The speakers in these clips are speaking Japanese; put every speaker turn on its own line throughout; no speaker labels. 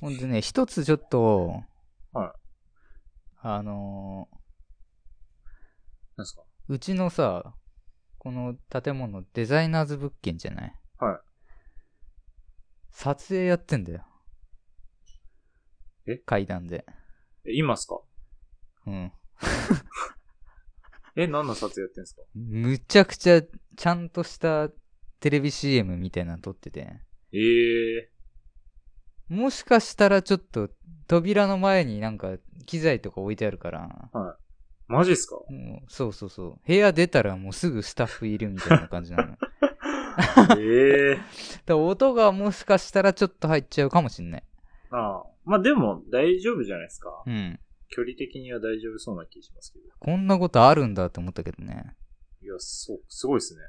ほんでね、一つちょっと、
はい
あの
なんですか
ーうちのさ、この建物デザイナーズ物件じゃない
はい。
撮影やってんだよ。
え
階段で。
え、今っすか
うん。
え、何の撮影やってんすか
むちゃくちゃちゃんとしたテレビ CM みたいなの撮ってて。
ええ
もしかしたらちょっと扉の前になんか機材とか置いてあるから、
マジっ すか
もうそうそうそう。部屋出たらもうすぐスタッフいるみたいな感じなの。だか
ええ
ら音がもしかしたらちょっと入っちゃうかもしんない。
ああ。まあでも大丈夫じゃないですか。
うん。
距離的には大丈夫そうな気しますけど。
こんなことあるんだって思ったけどね。
いや、そう、すごいですね。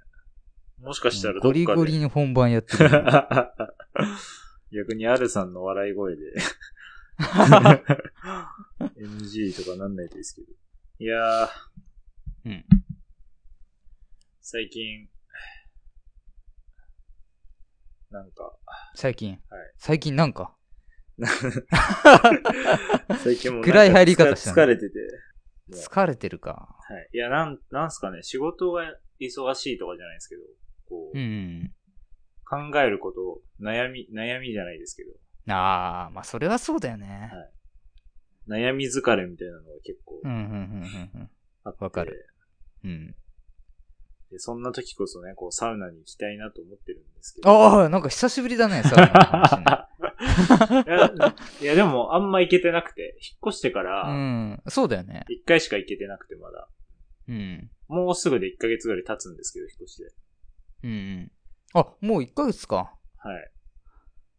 もしかしたらどっ
ゴ
かで。
リゴリに本番やってる。
逆にアルさんの笑い声で NG とかなんないといいですけど。いやー。
うん
最近、なんか、
最近。
はい
最近なんか。
最近もなんか
暗い入り方したね
疲れてて。
疲れてるか。
はい。いや、なん、なんすかね、仕事が忙しいとかじゃないですけど、こう、
うん。
考えること、悩み、悩みじゃないですけど、
ああ、まあそれはそうだよね。
悩み疲れみたいなのが結構
うん、うん、うん、うん
あって、
わかるうん、うん。
でそんな時こそね、こう、サウナに行きたいなと思ってるんですけど。
ああ、なんか久しぶりだね、サウナの話ね
いや、いやでも、あんま行けてなくて、引っ越してか
う
ら、
ん。そうだよね。
一回しか行けてなくて、まだ。
うん。
もうすぐで1ヶ月ぐらい経つんですけど、引っ越して。
うんうん。あ、もう1ヶ月か。
はい。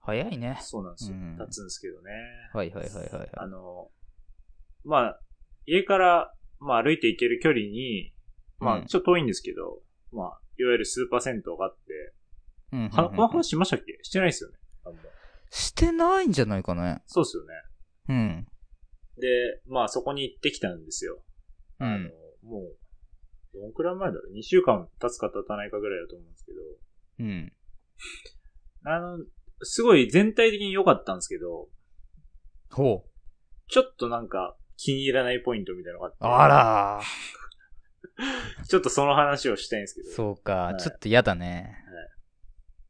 早いね。
そうなんですよ。
うん
経つんですけどね。
はいはいはいはいはい。
あの、まあ、家から、まあ、歩いて行ける距離に、ま
う
あ、
ん
ちょっと遠いんですけど、まあ、いわゆるスーパー銭湯があって、
うんうんうん
はこの話しましたっけしてないですよね。あんま
してないんじゃないかね。
そうですよね。
うん。
で、まあ、そこに行ってきたんですよ。
う
あの
ん。、
もう、どんくらい前だろう ?2 週間経つか経たないかぐらいだと思うんですけど、
うん。
あの、すごい全体的に良かったんですけど、
ほう。
ちょっとなんか気に入らないポイントみたいなのがあ
あ
って、
ら
ちょっとその話をしたいんですけど、
ー。
っ
そうか
は。い
ちょっと嫌だね。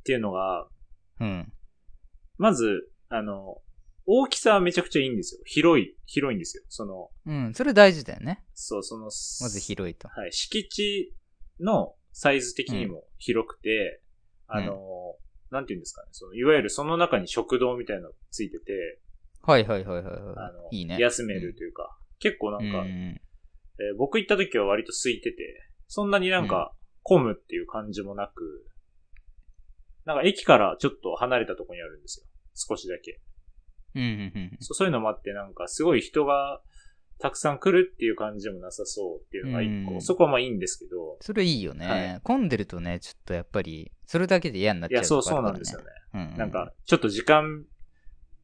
ていうのが、
うん。
まず、あの、大きさはめちゃくちゃいいんですよ。広い、広いんですよ。その、
うん。それ大事だよね。
そう、その、
まず広いと。
はい、敷地のサイズ的にも広くて、
うん
あの、なんていうんですかね、そのいわゆるその中に食堂みたいなのついてて、
はいはいはいはい
あ
は
の、
い。いいね。
休めるというか、結構な
うんん
か、
うん。
えー僕行った時は割と空いてて、そんなになんか混むっていう感じもなく、なんか駅からちょっと離れたところにあるんですよ。少しだけ。
うんうん
そうそういうのもあって、なんかすごい人がたくさん来るっていう感じでもなさそうっていうのが一個、
うん
そこはまあいいんですけど、
それいいよ
は
ね。混んでるとね、ちょっとやっぱり、それだけで嫌になっ
い
ちゃ
や、
う
そう
と
そ
こ
う
あ
なん
る
ですよ
ら
ね。
ね。う
なんか、ちょっと時間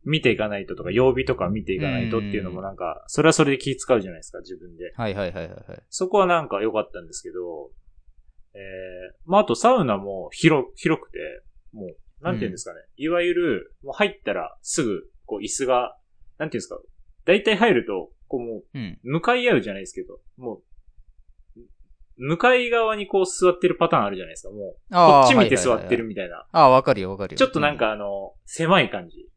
見ていかないととか、曜日とか見ていかないとっていうのもなんか、それはそれで気使うじゃないですか、自分で。
はいはいはいはいはい。
そこはなんか良かったんですけど、えー、まあ、あとサウナも広、広くて、もう、なんていうんですかね、いわゆる、もう入ったらすぐ、こう椅子が、なんていうんですか、大体入ると、こうもう、
うん。
向かい合うじゃないですけど、もう、向かい側にこう座ってるパターンあるじゃないですか、もう、こ
あー
っち見て
はいはい
座
はいはい
ってるみたいな。
ああ、わかるよわかるよ。
ちょっとなん
う、
かあの、狭い感じ。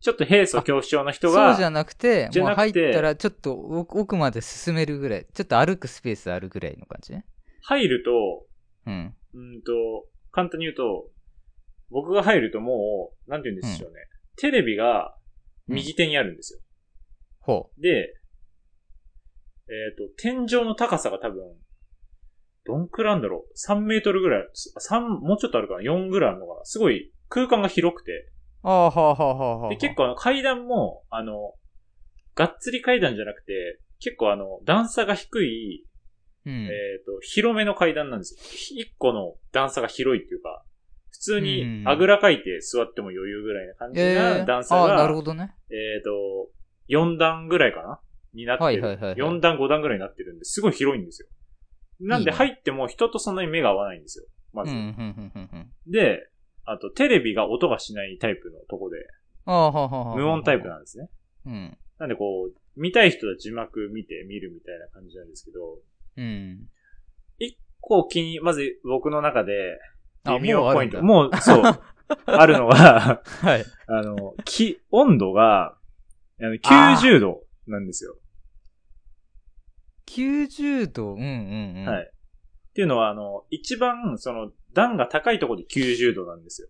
ちょっと平素恐怖症の人
そうじゃ
が、
なくて、
じゃ
も
な
う
く
入
て
ったらちょっと奥奥まで進めるぐらい、ちょっと歩くスペースあるぐらいの感じね。
入ると、
うん。
うんと、簡単に言うと、僕が入るともう、なんて言うんでしょうね。テレビが右手にあるんですよ。
ほ
で、えっ、と、天井の高さが多分、どんくらいなんだろう ?3 メートルぐらい、3、もうちょっとあるかな ?4 ぐらいあるのかなすごい空間が広くて。
う。ああ、はあはあはあはあ。
で、結構あの階段も、あの、がっつり階段じゃなくて、結構あの、段差が低い、
うん、
えっ、と、広めの階段なんですよ。ひ一個の段差が広いっていうか、普通にあぐらかいて座っても余裕ぐらいな感じ
え
な
ー
段差
ああ、な
が、
るほどね。
えっ、と、4段ぐらいかなになってる、
はいはいはい はい
4段5段ぐらいになってるんで、すごい広いんですよ。なんで
いいね
入っても人とそんなに目が合わないんですよ。ま
うん、う
ず。
ん、うん、うん。
で、あとテレビが音がしないタイプのとこで、
ああ、はあはあはあ。
無音タイプなんですね。
うん。
なんでこう、見たい人は字幕見て見るみたいな感じなんですけど、
うん。
一個気に、まず僕の中で、
あ
微妙
もうあ
ポ
る
イ
ん
ン
だ
ト。もう、そう、 あるのが、
はい。
あの、気、温度が、あの
あー
90度なんですよ。
90度、うんうんうん。
はいっていうのは、あの、一番、その、段が高いところで90度なんですよ。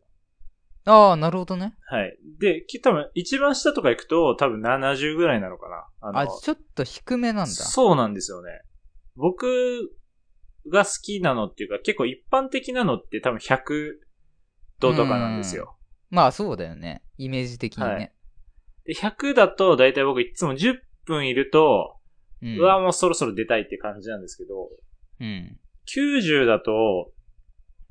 ああ、なるほどね。
はい。で、き多分、一番下とか行くと、多分70ぐらいなのかな。あの
あ、ちょっと低めなんだ。
そうなんですよね。僕が好きなのっていうか、結構一般的なのって多分100度とかなんですよ。
まあそうだよね。イメージ的にね。
で、100だと大体僕いつも10分いると、
うん。
うわ、もうそろそろ出たいって感じなんですけど、
うん。
90だと、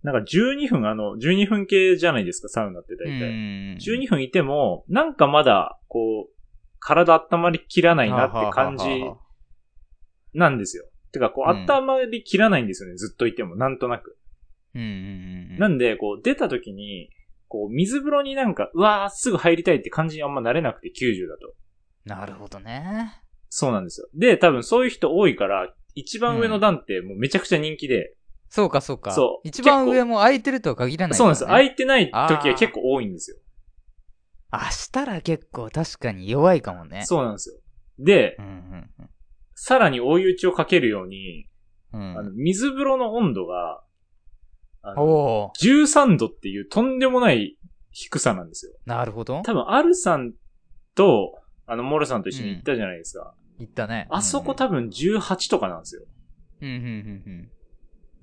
なんか12分、あの、12分系じゃないですか、サウナって
う
大体。
ん。
12分いても、なんかまだ、こう、体温まりきらないなって感じ
はははは
なんですよ。てか、こう、
うん
温まりきらないんですよね、ずっといても、なんとなく。
うんうんうん。
なんで、こう、出た時に、こう、水風呂になんか、うわー、すぐ入りたいって感じにあんまなれなくて、90だと。
なるほどね。
そうなんですよ。で、多分そういう人多いから、一番上の段ってもうめちゃくちゃ人気で、
そうかそうか。
そう
一番上も空いてるとは限らないか
そう
ら
なん
ね、
ですよ。空いてない時は結構多いんですよ。
あ、したら結構確かに弱いかもね。
そうなんですよ。で
う。、ん
さらに追い打ちをかけるように、
うんうん。
あ
う
の
ん。
水風呂の温度が、あの
おー
13度っていうとんでもない低さなんですよ。
なるほど。
多分、アルさんと、あの、モルさんと一緒に行ったじゃないですか。
いったね。
あそこ多分18とかなんですよ。
うんうんうん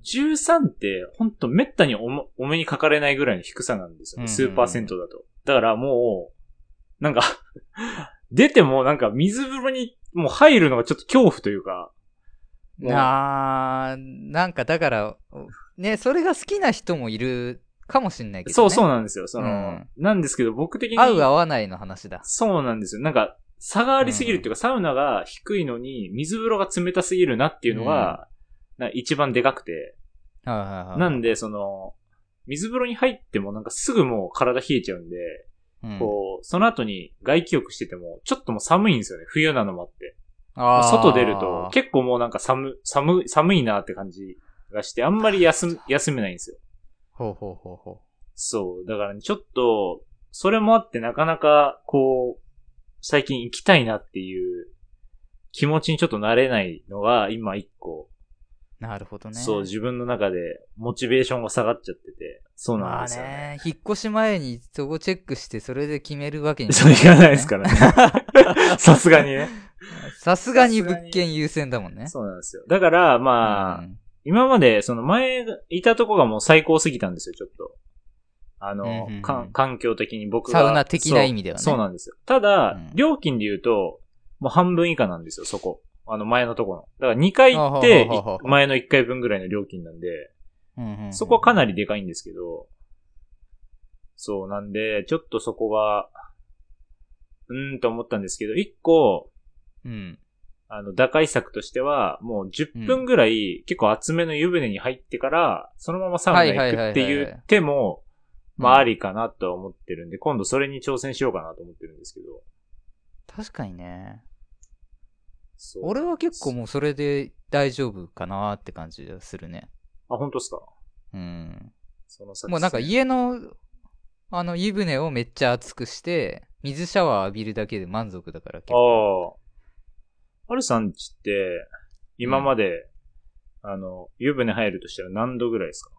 13って、ほんとめったにおもお目にかかれないぐらいの低さなんですよ
う
ね。
ん
数パーセントだと。だからもう、なんか、 出てもなんか水風呂にもう入るのがちょっと恐怖というか、
うんうん。あー、なんかだから、ね、それが好きな人もいるかもしんないけど、ね。
そうそう
う。
なんですよ。その、
うん
なんですけど僕的に。
合う合わないの話だ。
そうなんですよ。なんか、差がありすぎるっていうか、サウナが低いのに、水風呂が冷たすぎるなっていうのが、なんか一番でかくて。
はいはいはい。
なんで、その、水風呂に入ってもなんかすぐもう体冷えちゃうんで、
うん、
こう、その後に外気浴してても、ちょっともう寒いんですよね。冬なのもあって。
あー
外出ると、結構もうなんか寒、寒い、寒いなって感じがして、あんまり休む、休めないんですよ。
ほうほうほうほ
そう。だからね、ちょっと、それもあってなかなか、こう、最近行きたいなっていう気持ちにちょっとなれないのが、今一個、
う。なるほどね。
そう、自分の中でモチベーションが下がっちゃってて、そうなん
まあ
ですよね。
ね、引っ越し前にそこチェックして、それで決めるわけに
そういかないです
か
か らね。さすがにね。
ら。 さすがに物件優先だもんね。
そうなんですよ。だから、
う
まあ、
ん
今まで、その前いたとこがもう最高すぎたんですよ、ちょっと。あの、
うんうんうん
かん環境的に僕が。
サウナ的な意味ではね
そうそうなんですよ。ただ、
うん
料金で言うと、もう半分以下なんですよ、そこ。あの前のところの。だから2回行って、い
あはははは
前の1回分ぐらいの料金なんで、
うんうんうん
そこはかなりでかいんですけど、そうなんで、ちょっとそこが、うーんと思ったんですけど、1個、
うん。
あの、打開策としては、もう10分ぐらい、結構厚めの湯船に入ってから、そのままサウナ行くっていう手も、まあありかなとは思ってるんで、今度それに挑戦しようかなと思ってるんですけど。
確かにね。
そう
俺は結構もうそれで大丈夫かなって感じがするね。
あ、本当ですか
うん。
その先
もうなんか家の、あの湯船をめっちゃ熱くして、水シャワー浴びるだけで満足だから結
あ
構。
あ。あるさんちって、今まで、あの、湯船入るとしたら何度ぐらいですか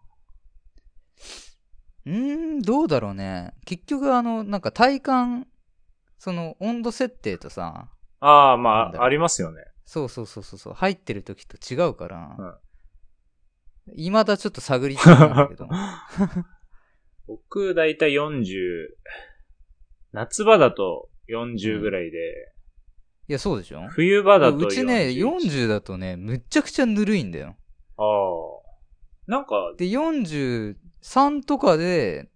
うーん、どうだろうね。結局あの、なんか体感、その温度設定とさ、
ああ、ま
なんだ
あ、
ろう
ありますよね。
そうそうそうそうそう、入ってる時と違うから、いまだちょっと探りつつなんだけ ど。
僕、だいたい40、夏場だと40ぐらいで、
いや、そうでしょ
冬場だと
うちね、
41
40だとね、むっちゃくちゃぬるいんだよ。
ああ。なんか、
で、43とかで、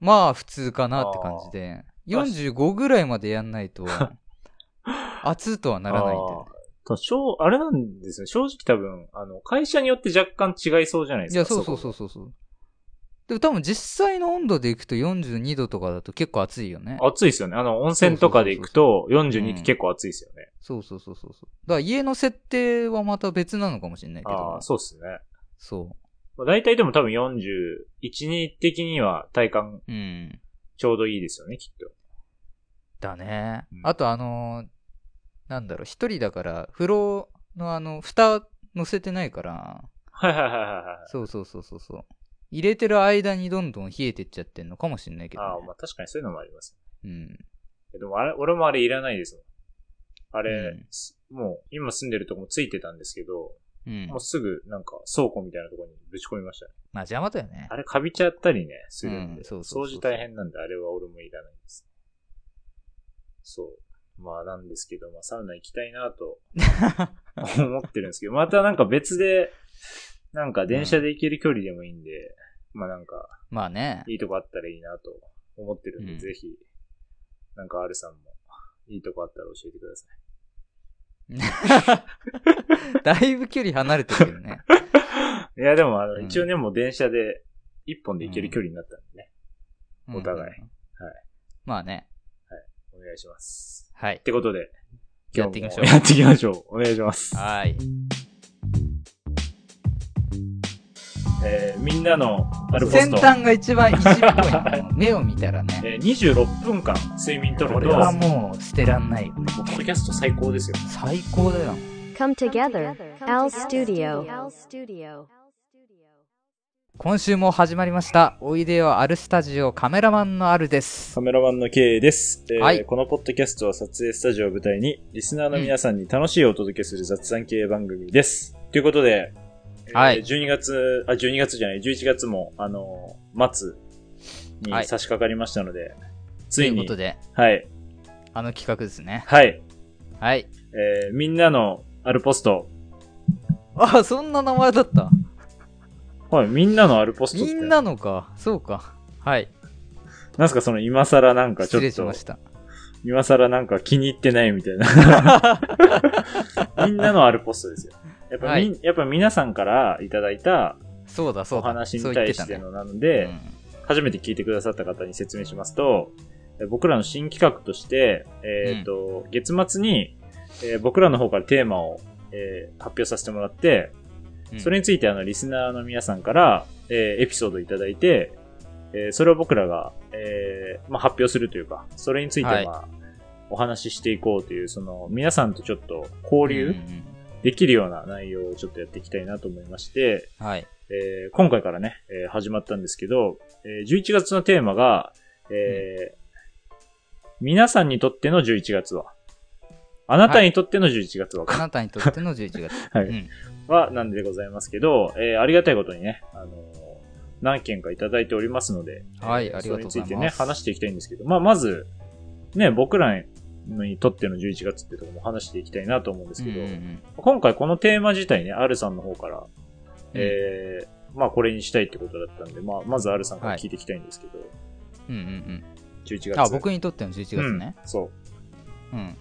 まあ普通かなって感じで、45ぐらいまでやんない と、熱とはならないんだよね。
としょうあれなんですね。正直多分、あの、会社によって若干違いそうじゃないで
い
すか。
や、そうそうそううそうそう。でも多分実際の温度でいくと42度とかだと結構暑いよね。
暑いですよね。あの、温泉とかで行くと
そう
42って結構暑いですよね。
そうそうそうそうそう。だから家の設定はまた別なのかもしれないけ
あ
ど
あ、。そうですね。
そ
まあ、大体でも多分41、2的には体感
う。うん。
ちょうどいいですよね、きっと。
だね。
うん
あとあのーなんだろう、一人だから、風呂のあの、蓋乗せてないから、
はいはいはいはいはい。
そうそうそうそうそう。入れてる間にどんどん冷えてっちゃってんのかもしれないけど、ね。
ああ、まあ確かにそういうのもあります。
うん。
でもあれ、俺もあれいらないですもん。あれ、
うん
すもう今住んでるとこもついてたんですけど、
うん。
もうすぐなんか倉庫みたいなとこにぶち込みましたね。
まあ邪魔だよね
あ。れかびちゃったりね、するん
う
で、
んそうそうそうそう
掃除大変なんであれは俺もいらないです。そう。まあなんですけど、まあサウナ行きたいな と思ってるんですけど、またなんか別で、なんか電車で行ける距離でもいいんで、まあなんか
まあね。
いいとこあったらいいなと思ってるんで、
うん
ぜひ、なんか R さんも、いいとこあったら教えてください。
だいぶ距離離れてるけどね。
いや、でも、あの、
うん
一応ね、もう電車で、一本で行ける距離になったんでね、 お
うんうん
互い
うんまあね。
お願いします。
はい
っ。てことで、
やっていきましょう
今日もやっていきましょう。お願いします。
はい。
えーみんなのアルポス
先
ト、
端が一番石っぽいな目を見たらね。
えー、26分間睡眠とると、
俺はもう捨てらんないよね。
ポッドキャスト最高ですよ。
最高だよ。
Come together,
Come
Al
together.
Studio.
Al Studio.
今週も始まりました。おいでよアルスタジオカメラマンのアルです。
カメラマンの K です、えー
はい
このポッドキャストは撮影スタジオを舞台に、リスナーの皆さんに楽しいお届けする雑談系番組です。ということで、えー
はい
12月、あ、12月じゃない、11月も、あのー末に
はい
差し掛かりましたので、
と
つ
い
いうに、
ことで、
はい、
あの企画ですね。
はい、
はい。
えーみんなのアルポスト、
あ、そんな名前だった。
はい、みんなのアルポストっ
み
て、
んな
な
のか。そうか。はい。
んすかその今更なんかち
失
ょ
礼
っ
し
と
ま、した。
今更なんか気に入ってないみたいな。 みんなのアルポストですよ。やっぱみ、
はい
やっぱ皆さんからいただいた
そうだ、そ
お
うだ。
話
そ
に
う言っ
対
て
したて
ね。
のなので、初めて聞いてくださった方に説明しますと、え僕らの新企画として、えっ、と、月末に、えー僕らの方からテーマを、えー発表させてもらって、
うん
それについてあの、リスナーの皆さんから、えーエピソードいただいて、えーそれを僕らが、えーまあ、発表するというか、それについて、まあ、
はい
お話ししていこうという、その、皆さんとちょっと交
うんう
流
ん
できるような内容をちょっとやっていきたいなと思いまして、
うんはい。
えー今回からね、えー始まったんですけど、えー11月のテーマが、えー皆さんにとっての11月は、あなたにとっての11月は、
あなたにとっての11月。
はい
うん
はなんでございますけど、えーありがたいことにね、あのー何件かいただいておりますので、
はい
えー
ありがとうございます
それについてね、話していきたいんですけど、まあ、まず、ね、僕らにとっての11月ってとこも話していきたいなと思うんですけど、
うんうんうん
今回このテーマ自体ね、R さんの方から、えーまあこれにしたいってことだったんで、まあ、まず R さんから聞いていきたいんですけど、
うんうん
11
うん。
月。
あ、僕にとっての11月ね。
うんそ
う
う。
ん。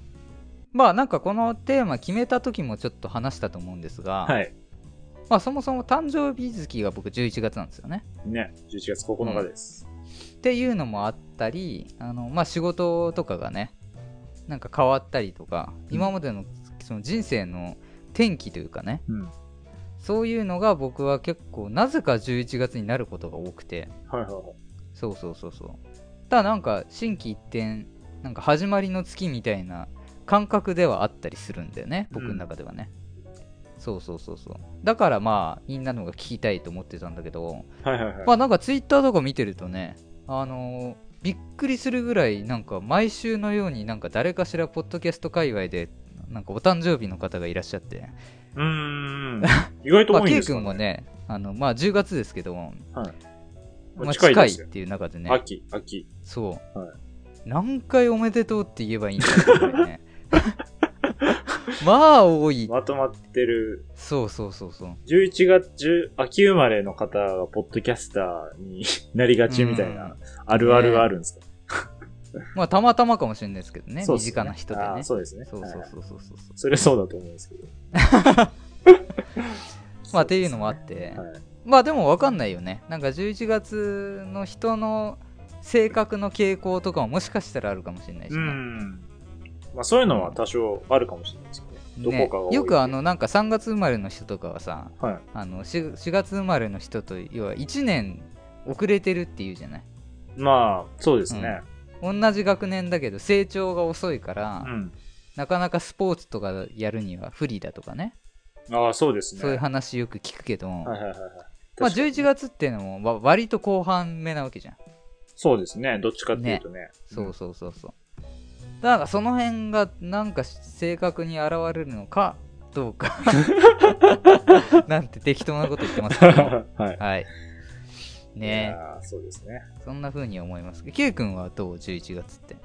まあなんかこのテーマ決めた時もちょっと話したと思うんですが、
はい。
まあそもそも誕生日月が僕11月なんですよね。
ね、11月9日です。
っていうのもあったりあの、まあ、仕事とかがねなんか変わったりとか
うん
今までのその人生の転機というかね
うん。
そういうのが僕は結構なぜか11月になることが多くて
はいはいはい。
そうそうそうそうただなんか心機一転なんか始まりの月みたいな感覚ではあったりするんだよね僕の中ではね、そうそうそうそうだからまあみんなのが聞きたいと思ってたんだけど、
はいはいはい。
まあなんかツイッターとか見てるとね、あのーびっくりするぐらいなんか毎週のようになんか誰かしらポッドキャスト界隈でなんかお誕生日の方がいらっしゃって、
うーん。意外 と
まあ
多いん
K
ですか、
君もね、あのまあ10月ですけど、まあ、
近
近
いで
いっ
すよ。
ていう中でね、
秋、秋。
そう、
はい
何回おめでとうって言えばいいんだろうこれね。 まあ多い。
まとまってる。
そうそうそうそう。
11月10、秋生まれの方がポッドキャスターになりがちみたい
うん
な、あるあるがあるんですか、
まあたまたまかもしれないですけどね、
そう
身
です
近な人で
あ
ね。
ーそうですね。
そうそう
はい
そうそうそう。
それそうだと思うんですけど。
まあっていうのもあって、
はい。
まあでも分かんないよねなんか11月の人の性格の傾向とかももしかしたらあるかもしれないし
う
ね、
ん。まあそういうのは多少あるかもしれないですけどね。
ね
どこかが多い
よくあのなんか3月生まれの人とかはさ
はい。
あの 4, 月生まれの人と要は1年遅れてるっていうじゃない
まあ、そうですね。
同じ学年だけど成長が遅いから、
うん。
なかなかスポーツとかやるには不利だとかね
ああ、そうですね。
そういう話よく聞くけど、
はいはいはいはい。
まあ、
確かに
11月っていうのもわ割と後半目なわけじゃん
そうですね。どっちかっていうとね。
そうそうそうそうだからその辺がなんか正確に現れるのかどう かなんて適当なこと言ってますけど
はい。
はい
い
ねえ
やーそうですね。
そんな風に思いますけど Q 君はどう11月って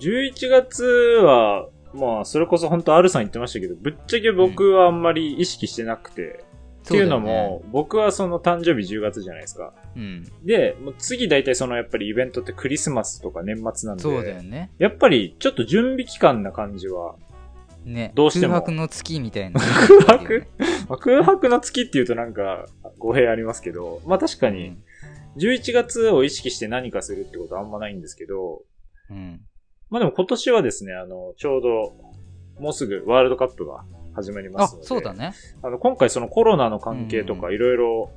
11月は、まあ、それこそ本当 R さん言ってましたけど、ぶっちゃけ僕はあんまり意識してなくて、っていうのも、僕はその誕生日10月じゃないですか。
そうだよね
で、もう次大体そのやっぱりイベントってクリスマスとか年末な
うんん
で、
そうだよね
やっぱりちょっと準備期間な感じは、
ね
どうしても
空白の月みたいな
空白まあ、空白の月っていうとなんか語弊ありますけど、まあ確か
う
に
ん
11月を意識して何かするってことはあんまないんですけど、
うん
まあでも今年はですね、あの、ちょうど、もうすぐワールドカップが始まりま
あ
すので。
そうだね
あの、今回そのコロナの関係と
う
か
ん
いろいろ、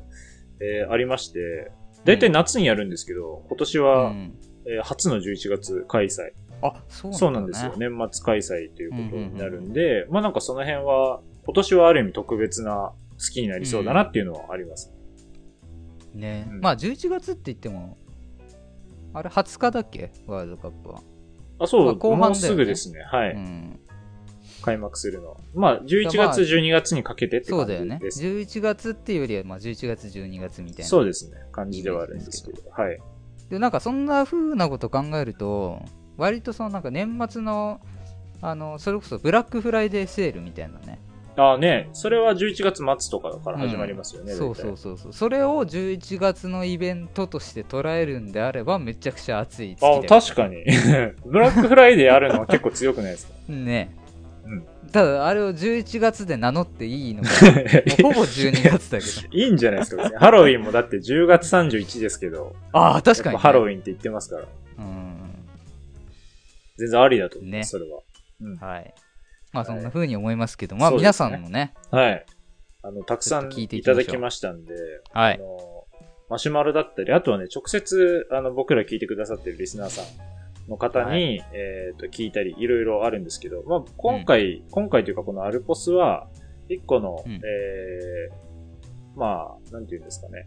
えーありまして、だいたい夏にやるんですけど、今年
う
は、
ん
えー初の11月開催。
あそう
そうな
なん
ん
だ
です
ね
よ。年末開催ということになるんで、まあなんかその辺は、今年はある意味特別な月になりそうだなっていうのはあります。
ね、
うん
まあ11月って言ってもあれ20日だっけワールドカップは、
あ、そう、
まあ後半だよね
もうすぐですね。はい。
うん、
開幕するのは。まあ11
まあ
月、12月にかけてって
そ
感
うだよ
じ
ね
ですね。
11月っていうよりは、まあ、11月12月みたいな
そうですね。感じではあるんですけど。はい。
でなんかそんな風なこと考えると割とそのなんか年末のあのそれこそブラックフライデーセールみたいなね
ああね、それは11月末とかから始まりますよね。
そう
大体
そうそうそうそれを11月のイベントとして捉えるんであればめちゃくちゃ熱い月だよ
あ、確かに。 ブラックフライデーあるのは結構強くないですか
ね、
うん
ただあれを11月で名乗って いい のかもうほぼ12月だけど
いいんじゃないですか、別にハロウィンもだって10月31ですけど、
ああ確かに、
やっぱハロウ
ィ
ィンって言ってますから、
ンうん
全然ありだと思いま
ね
す、それは。
はい。まあ
はい
そんな風に思いますけど、まあ
そうですね
皆さんもね、
はい。あの、たくさん
ちょっと聞いてい
い
きまし
た
ょう
だきましたんで、
は
あ
い。
の、マシュマロだったり、あとはね、直接、あの、僕ら聞いてくださってるリスナーさんの方に、
は
えっ、と、聞いたり、いろいろあるんですけど、まあ、今回、今回というか、このアルポスは、一個の、
うん
えーまあ、なんていうんですかね、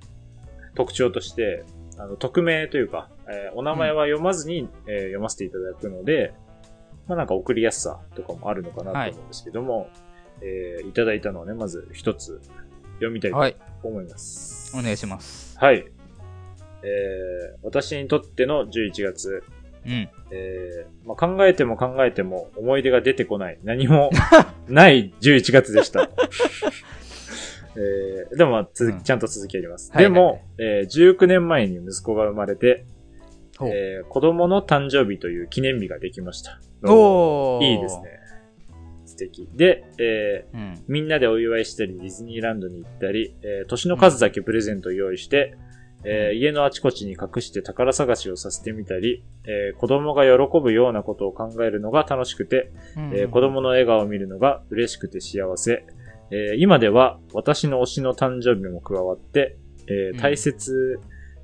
特徴として、あの、匿名というか、えーお名前は読まずに、えー読ませていただくので、まあなんか送りやすさとかもあるのかなと思うんですけども、えーいただいたのをね、まず一つ読みたいと
はい。
思います。
お願いします。
はい。えー私にとっての11月、
うん。
えーまあ、考えても考えても思い出が出てこない、何もない11月でした。えーでもまあ続き、
うん
ちゃんと続きやります。
はい
でも、えー19年前に息子が生まれて、
ほう
えー子供の誕生日という記念日ができました。
おー
いいですね。。素敵。で、えー
うん。
みんなでお祝いしたり、ディズニーランドに行ったり、えー年の数だけプレゼントを用意して、え
う
ー
ん
家のあちこちに隠して宝探しをさせてみたり、えー子供が喜ぶようなことを考えるのが楽しくて、えー子供の笑顔を見るのが嬉しくて幸せ。えー今では私の推しの誕生日も加わって、えー
うん
大切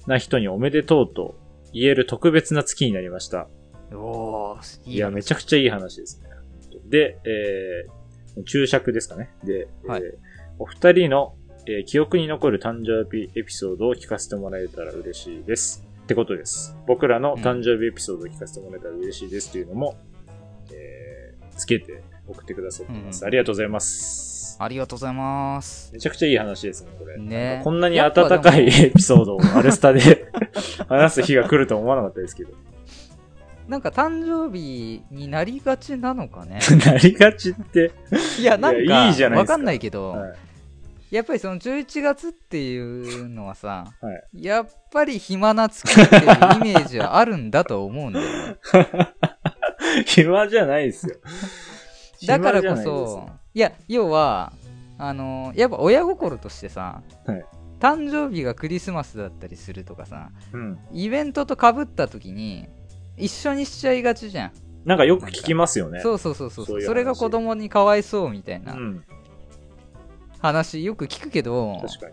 な人におめでとうと言える特別な月になりました。
うん。おー、い
い
い
や、
や、
めちゃくちゃいい話ですね。で、えー、注釈ですかね。で、えー
はい
お二人の、えー記憶に残る誕生日エピソードを聞かせてもらえたら嬉しいです。ってことです。僕らの誕生日エピソードを聞かせてもらえたら嬉しいですというのも、えー、つけて送ってくださってます。
うん
ありがとうございます。
ありがとうございます。
めちゃくちゃいい話ですね、これ。
ね
なんかこんなに温かい
やっぱでも
エピソードをアレスタで 話す日が来るとは思わなかったです けど。
なんか誕生日になりがちなのか ね。
なりがちって。
いや、なん
い
か、
やいいじゃないで
わ
す
か
か
んないけど、
はい
やっぱりその11月っていうのはさ、
は
やっぱり暇な月っていうイメージはあるんだと思うんだよね。
暇じゃないですよ。
だから
暇
こ
じゃないです
そ、いや、要は、あの、やっぱ親心としてさ、
はい
誕生日がクリスマスだったりするとかさ
うん。
イベントとかぶった時に一緒にしちゃいがちじゃん、
なんかよく聞きますよね。
そうそうそうそう
そ
そう
いう話。
れが子供にかわいそうみたいうなん話よく聞くけど
確か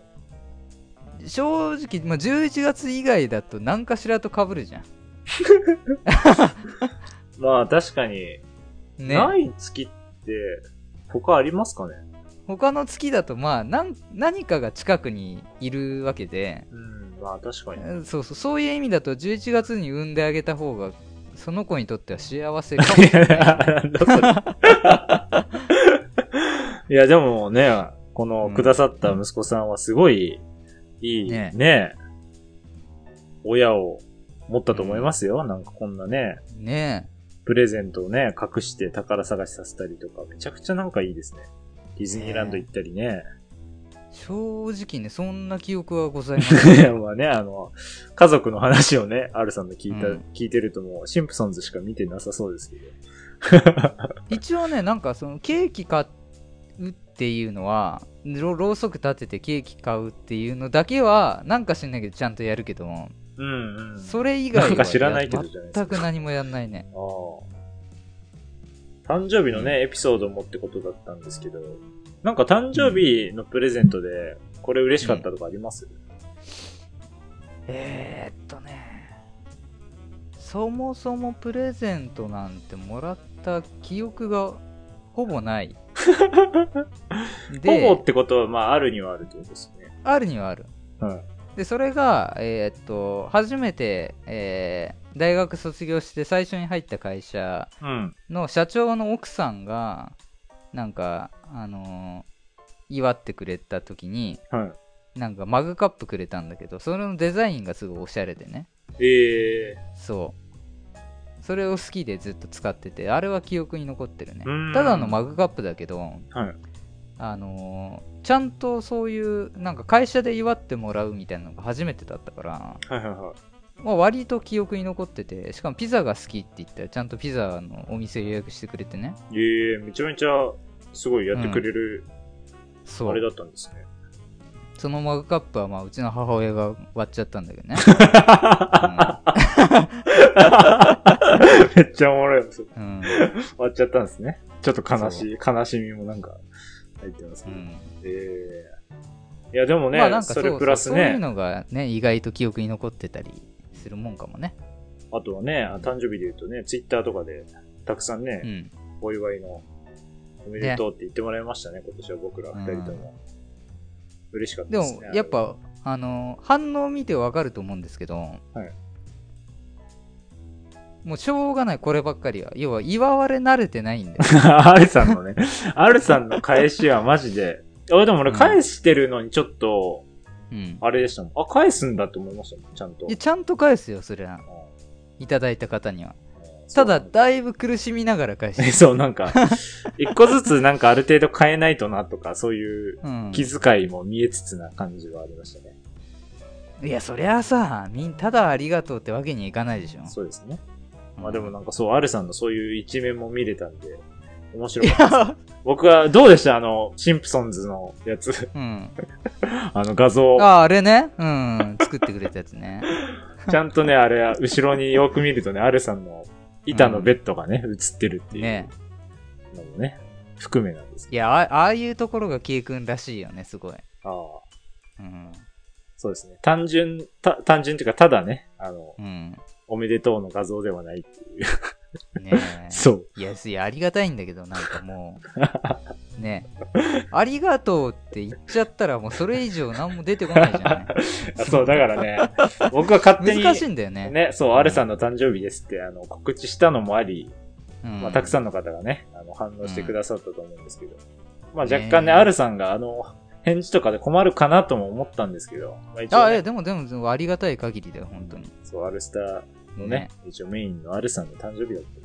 に。
正直、まあ、11月以外だと何かしらとかぶるじゃ
まあ確かに、
んね
ない月って、他ありますかね
他の月だとまあなん何かが近くにいるわけで
うん。まあ確かに。
うんそうそうそういう意味だと11月に産んであげた方がその子にとっては幸せか もしれない
い や、でもね、このくださった息子さんはすごい、いいね
ね
親を持ったと思いますよ。なんかこんなね、
ね
プレゼントをね、隠して宝探しさせたりとか、めちゃくちゃなんかいいですね。ディズニーランド行ったり
え
ね。
正直ねそんな記憶はございません
まあね、あの、家族の話をね、アルさんの聞いた、
うん
聞いてるともう、シンプソンズしか見てなさそうですけど。
一応ねなんかそのケーキ買うっていうのはろろうそく立ててケーキ買うっていうのだけはなんか知んないけどちゃんとやるけども
うんうん。
それ以外
なんか
は
知らないけどじゃないですか
全く何もやんないね
ああ誕生日のね、エピソードもってことだったんですけど、なんか誕生日のプレゼントで、これ嬉しかったとかあります、
えー、っとねそもそもプレゼントなんてもらった記憶がほぼない で
ほぼってことは、まあ、あるにはあるってことですよね。
あるにはある
はい。
でそれが、えーっと初めて、えー大学卒業して最初に入った会社
うん。
の社長の奥さんがなんかあのー祝ってくれた時に
は
なんかマグカップくれたんだけどそれのデザインがすごいおしゃれでね
い。ええ
そうそれを好きでずっと使っててあれは記憶に残ってるね
うん
ただのマグカップだけど
はい。
あのーちゃんとそういうなんか会社で祝ってもらうみたいなのが初めてだったから、
はいはいはい。
まあ、割と記憶に残っててしかもピザが好きって言ったらちゃんとピザのお店予約してくれてね
ええめちゃめちゃ、すごいやってくれる、
そ
あれだ
う
ったんですね。
そのマグカップはまあうちの母親が割っちゃったんだけど ね、
めっちゃおもろいです。
うん
終わっちゃったんですね。ちょっと悲しい、悲しみもなんか、入ってます
う
ね。
ん
ええいや、でもね、
まあなんかそ
そう
そ
れ
う
プラス
そういう
ね、
のがね意外と記憶に残ってたりするもんかもね
あとはね、誕生日で言うとね、ツイッターとかで、たくさんね、
うん
お祝いの、おめでとうって言ってもらいましたね、今年は僕ら
うん
二人とも。嬉しかった
で
ですね
も。やっぱあの反応見てわかると思うんですけど、もうしょうがないこればっかりは要は祝われ慣れてない んだよ
あれ、R さんのね、R さんの返しはマジで、あでも俺
うん
返してるのにちょっと、
うん
あれでしたもん。あ、返すんだって思いましたもん、ちゃんと。
いやちゃんと返すよそりゃ
うん
いただいた方には
うん
ただだいぶ苦しみながら返して
えそう、なんか、 一個ずつなんかある程度変えないとなとか、そういう
うん、
気遣いも見えつつな感じはありましたね。
いやそりゃさみんただありがとうってわけにいかないでしょ
そうですね。
うん
まあでもなんかそう、アルさんのそういう一面も見れたんで、面白
い
かったです。
や
僕は、どうでしたあの、シンプソンズのやつ、
うん
あの画像
あ、ああれねうん作ってくれたやつね
ちゃんとね、あれ、後ろによく見るとね、アルさんの板のベッドがね、映ってるっていう
ね
のもね、含めなんです
い
け
やあああいうところが K 君らしいよねすごい、
ど。あ
う
あ、
ん
そうですね。単純、た単純というか、ただね、あの、
うん、
おめでとうの画像ではないっていう。
ねえ
そう。
いや、すいやありがたいんだけど、なんかもう、 ねえ、ありがとうって言っちゃったら、もうそれ以上何も出てこないじ ゃ
あそう、だから ね、僕は勝
な
手
い。
に、
難しいんだよね。
ね、そう、アルさんの誕生日ですって、あの、告知したのもあり、
うん、
まあ、たくさんの方がね、あの、反応してくださったと思うんですけど、まあ、
ね
若干ね、アルさんが、あの、返事とかで困るかなとも思ったんですけど、まあ、一応、
あ、
ね、
え、でも、でも、ありがたい限りだよ、本当に。
そう、アルスターのね、一応メインのアルさんの誕生日だったんで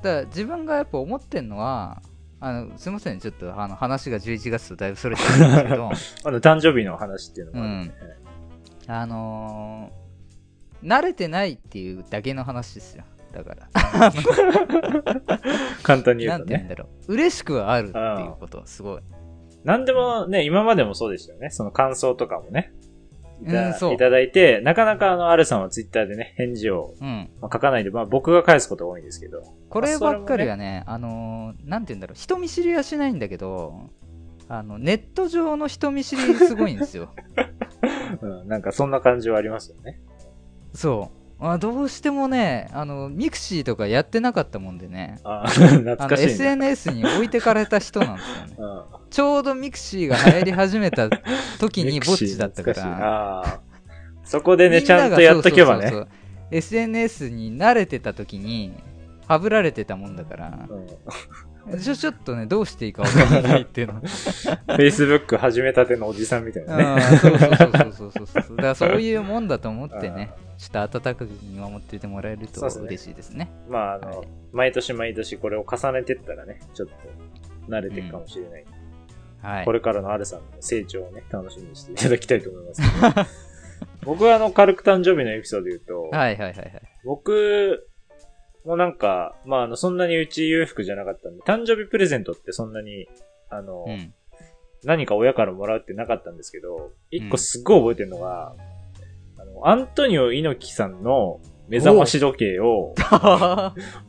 だから自分がやっぱ思ってんのは、あのすいません、ちょっとあの話が11月とだいぶそれちゃうんですけ ど、
あの、誕生日の話っていうのもあるんで、ね
あのー慣れてないっていうだけの話ですよ。だから、
簡単に言
な
うんと
て言うん
ね。
だろう。嬉しくはあるっていうこと、すごい。
何でもね、今までもそうでしたよね。その感想とかもね。いた,、
うんそう
いただいて、なかなかあの、アルさんはツイッターでね、返事を、
うん。
まあ、書かないで、まあ僕が返すことが多いんですけど。
こればっかりはね、あのーなんて言うんだろう、人見知りはしないんだけど、あの、ネット上の人見知りすごいんです よ。
うん、なんかそんな感じはありますよね。
そう。あどうしてもね、あの、ミクシーとかやってなかったもんでね、
ああ、 懐
あの、
かしい、ね。
SNS に置いてかれた人なんですよ ね。
うん
ちょうどミクシーが流行り始めた時にぼっちだったか
ミクシー懐しい
ら。
なあーそこでね、
み
ちゃ
なんが
とやっとけば
そ
ね。
うそうそうそう SNS に慣れてた時に、はぶられてたもんだから、ちょ、ちょっとね、どうしていいかわからないっていうの。
うん Facebook 始めたてのおじさんみたいなね。
うんそうそうそうそうそうそう。だからそういうもんだと思ってね、ちょっと温かく見守っててもらえると
そうですね
嬉しいですね。
まあ、あの、
はい
毎年毎年これを重ねてったらね、ちょっと慣れていくかもしれない。
はい
こ。れからのアルさんの成長をね、楽しみにしていただきたいと思いますけ ど。僕はあの、軽く誕生日のエピソードで言うと、
はいはいはいはい。
僕もなんか、まあ、あの、そんなにうち裕福じゃなかったんで、誕生日プレゼントってそんなに、あの、
うん。
何か親からもらうってなかったんですけど、一
う
個
ん
すっごい覚えてるのが、あの、アントニオ猪木さんの目覚まし時 計を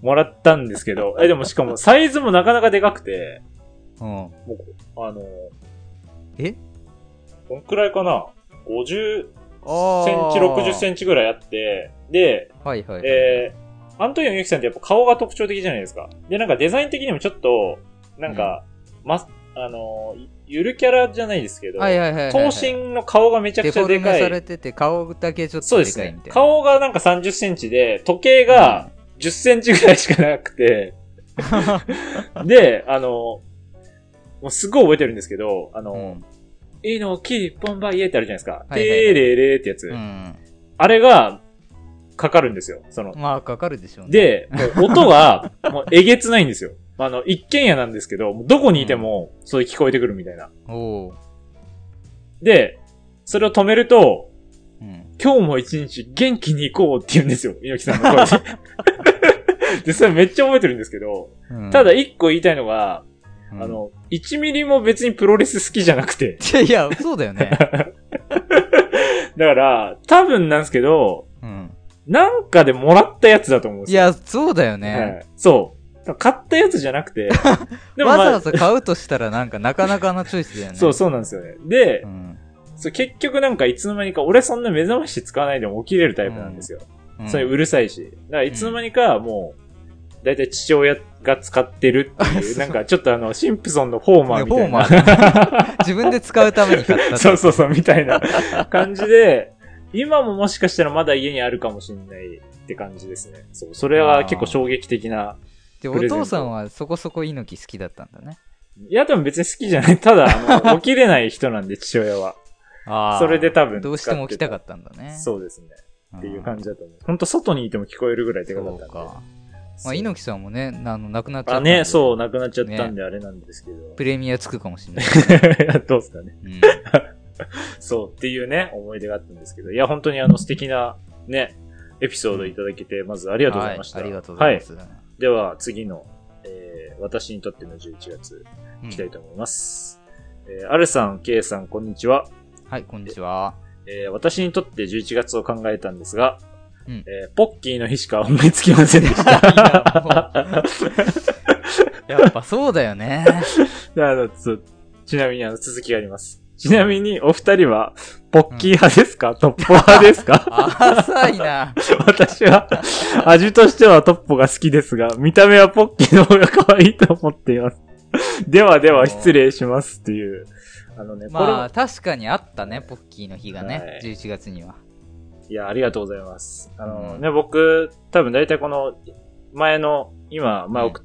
もらったんですけど、え、でもしかもサイズもなかなかでかくて、
うん、
あの、
え
こんくらいかな ?50 セン
あー
チ、60センチぐらいあって、で、
はいはいはい。
えー、アントニオ猪木さんってやっぱ顔が特徴的じゃないですか。で、なんかデザイン的にもちょっと、なんか、ま、あの、ゆるキャラじゃないですけど、
はいはいはいはい
頭
はい。
身の顔がめちゃく
デ
ち
フ
ゃ
ォ
で
ル
か
メされ
い。
てて、顔だけちょっ
そう
と
で
ですかいみ
ね
たい。な。
顔がなんか30センチで、時計が10センチぐらいしかな くて、で、あの、もうすっごい覚えてるんですけど、あ
う
の、
ん。
イノキボンバイエってあるじゃないですか。
はいはいはい
テーレレってやつ
う。ん。
あれが、かかるんですよ。その、
まあ、かかるでしょうね。
で、もう音が、 もうえげつないんですよ。あの、一軒家なんですけど、もうどこにいても、それ聞こえてくるみたいな。
おう。
で、それを止めると、
うん。
今日も一日元気に行こうって言うんですよ、猪木さん の声で。で、それめっちゃ覚えてるんですけど、
うん
ただ、一個言いたいのが、
うん
あ、の、1ミリも別にプロレス好きじゃなくて。
いや、そうだよ ね。
だから、多分なんですけど、
うん。
なんかでもらったやつだと思うんで
い
すよ。
や、そうだよ
は
ね。
いそう。買ったやつじゃな くて。で
わ
まあ
ざわざ買うとしたら、なんか、なかなかなチョイスだよね。
そう、そうなんですよね。で
う、ん。
そう結局なんかいつの間にか、俺そんな目覚まし使わないでも起きれるタイプなんですよ。
うん。
それうるさいし。だからいつの間にかもう、だいたい父親が使ってるって いう、なんかちょっとあの、シンプソンのフォーマーみたいな。
ねフォー 自分で使うために買った
そうそうそう、みたいな感じで、今ももしかしたらまだ家にあるかもしれないって感じですね。そう、それは結構衝撃的な。
で
プ
お
レゼン
父
ト
さんはそこそこ猪木好きだったんだね
いや、でも別に好きじゃない。ただ、あの起きれない人なんで、父親は。
あ
それで多分
どうしても起きたか
っ
ったんだ
た
ね
そうですね。
うん
っていう感じだと思う。ほんと外にいても聞こえるぐらいでかか
そ
っ
う
たんで。
か、
そ
ま
う
あ、猪木さんもねあの亡くなっちゃった
あ、
んで
ね、そう、なくなっちゃったんであれなんですけど。
プレミアつくかもし れない、
どうですかね。
うん
そう、っていうね、思い出があったんですけど。いや、本当にあの素敵なね、エピソードいただけて、まずありがとうございました。
はい、ありがとうございま
は
す、
では、次の、えー私にとっての11月、いきたいと思います。えーアルさん、ケイさん、こんにちは。
はいこんにちは
えー私にとって11月を考えたんですが、
うん
えーポッキーの日しか思いつきませんでし
いや
た。
やっぱそうだよね
あのつちなみにあの続きがあります。ちなみにお二人は、ポッキー派ですか、トッポ派ですか
浅いな
私は、味としてはトッポが好きですが、見た目はポッキーの方が可愛いと思っています。ではでは失礼しますっていう。あのね、こ
ま
れも
あ確かにあったねポッキーの日がね、
はい
11月にはい
や、ありがとうございます。あの、
うん
ね、僕、多分大体この、前の、今、前送,、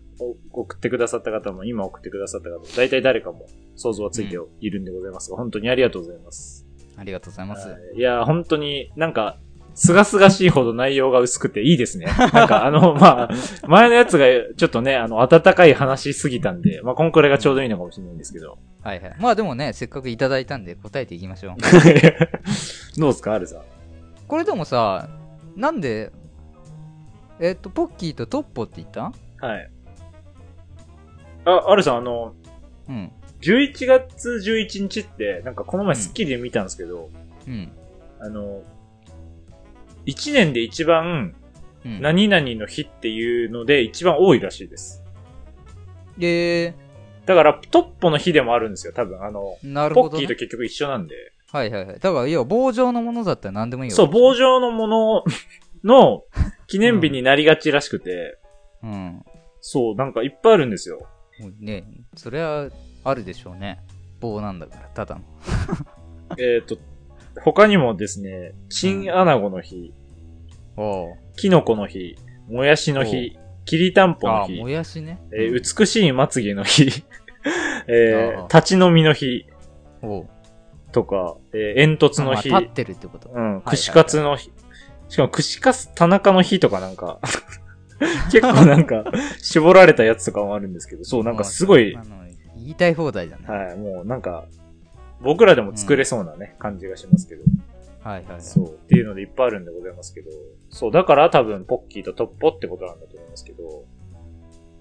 送ってくださった方も、今送ってくださった方も、大体誰かも想像はついているんでございますが、本当にありがとうございます。
ありがとうございます、
はいいや、本当になんか、すがすがしいほど内容が薄くていいで すね。なんかあの、まあ、前のやつがちょっとね、あの、温かい話しすぎたんで、まあ、こんくらいがちょうどいいのかもしれないんです けど。
はいはいまあでもねせっかくいただいたんで答えていきましょう
どうですか、あるさん。
これでもさなんでえっ、とポッキーとトッポって言った
はい。あ、あるさん、あの、
うん
11月11日って、なんかこの前スッキリで見たんですけど、
うん。
あの、1年で一番
うん、
何々の日っていうので一番多いらしいです。
え
だから、トッポの日でもあるんですよ、多分。あの、
ー、なる
ポ
ほ
ッ
ど、
キーと
ね。
結局一緒なんで。
はいはいはい。だから、要は棒状のものだったら何でもいいよ。
そう、棒状の ものの記念日になりがちらしくて、
うん。
そう、なんかいっぱいあるんですよ。
もうね、それはあるでしょうね。棒なんだから、ただの。
えっと、他にもですね、チンアナゴの日、
おう
キノコの日、もやしの日、きりたんぽ
あ
の
あ、
日
も、やしね。
えー
うん
美しいまつげの日、 えー
あ
立ち飲みの日
おう
とか、えー煙突の日、
まあ立ってるってこと。
うん、
い
串カツの日、しかも串カツ田中の日とかなんか、 結構なんか、絞られたやつとかもあるんですけど、そう、なんかすごい
あ、の言いたい放題だね。はい、
はい、もうなんか、僕らでも作れそうなね、感じがしますけど。
はい、はい。
そう。っていうのでいっぱいあるんでございますけど。そう、だから多分、ポッキーとトッポってことなんだと思いますけど。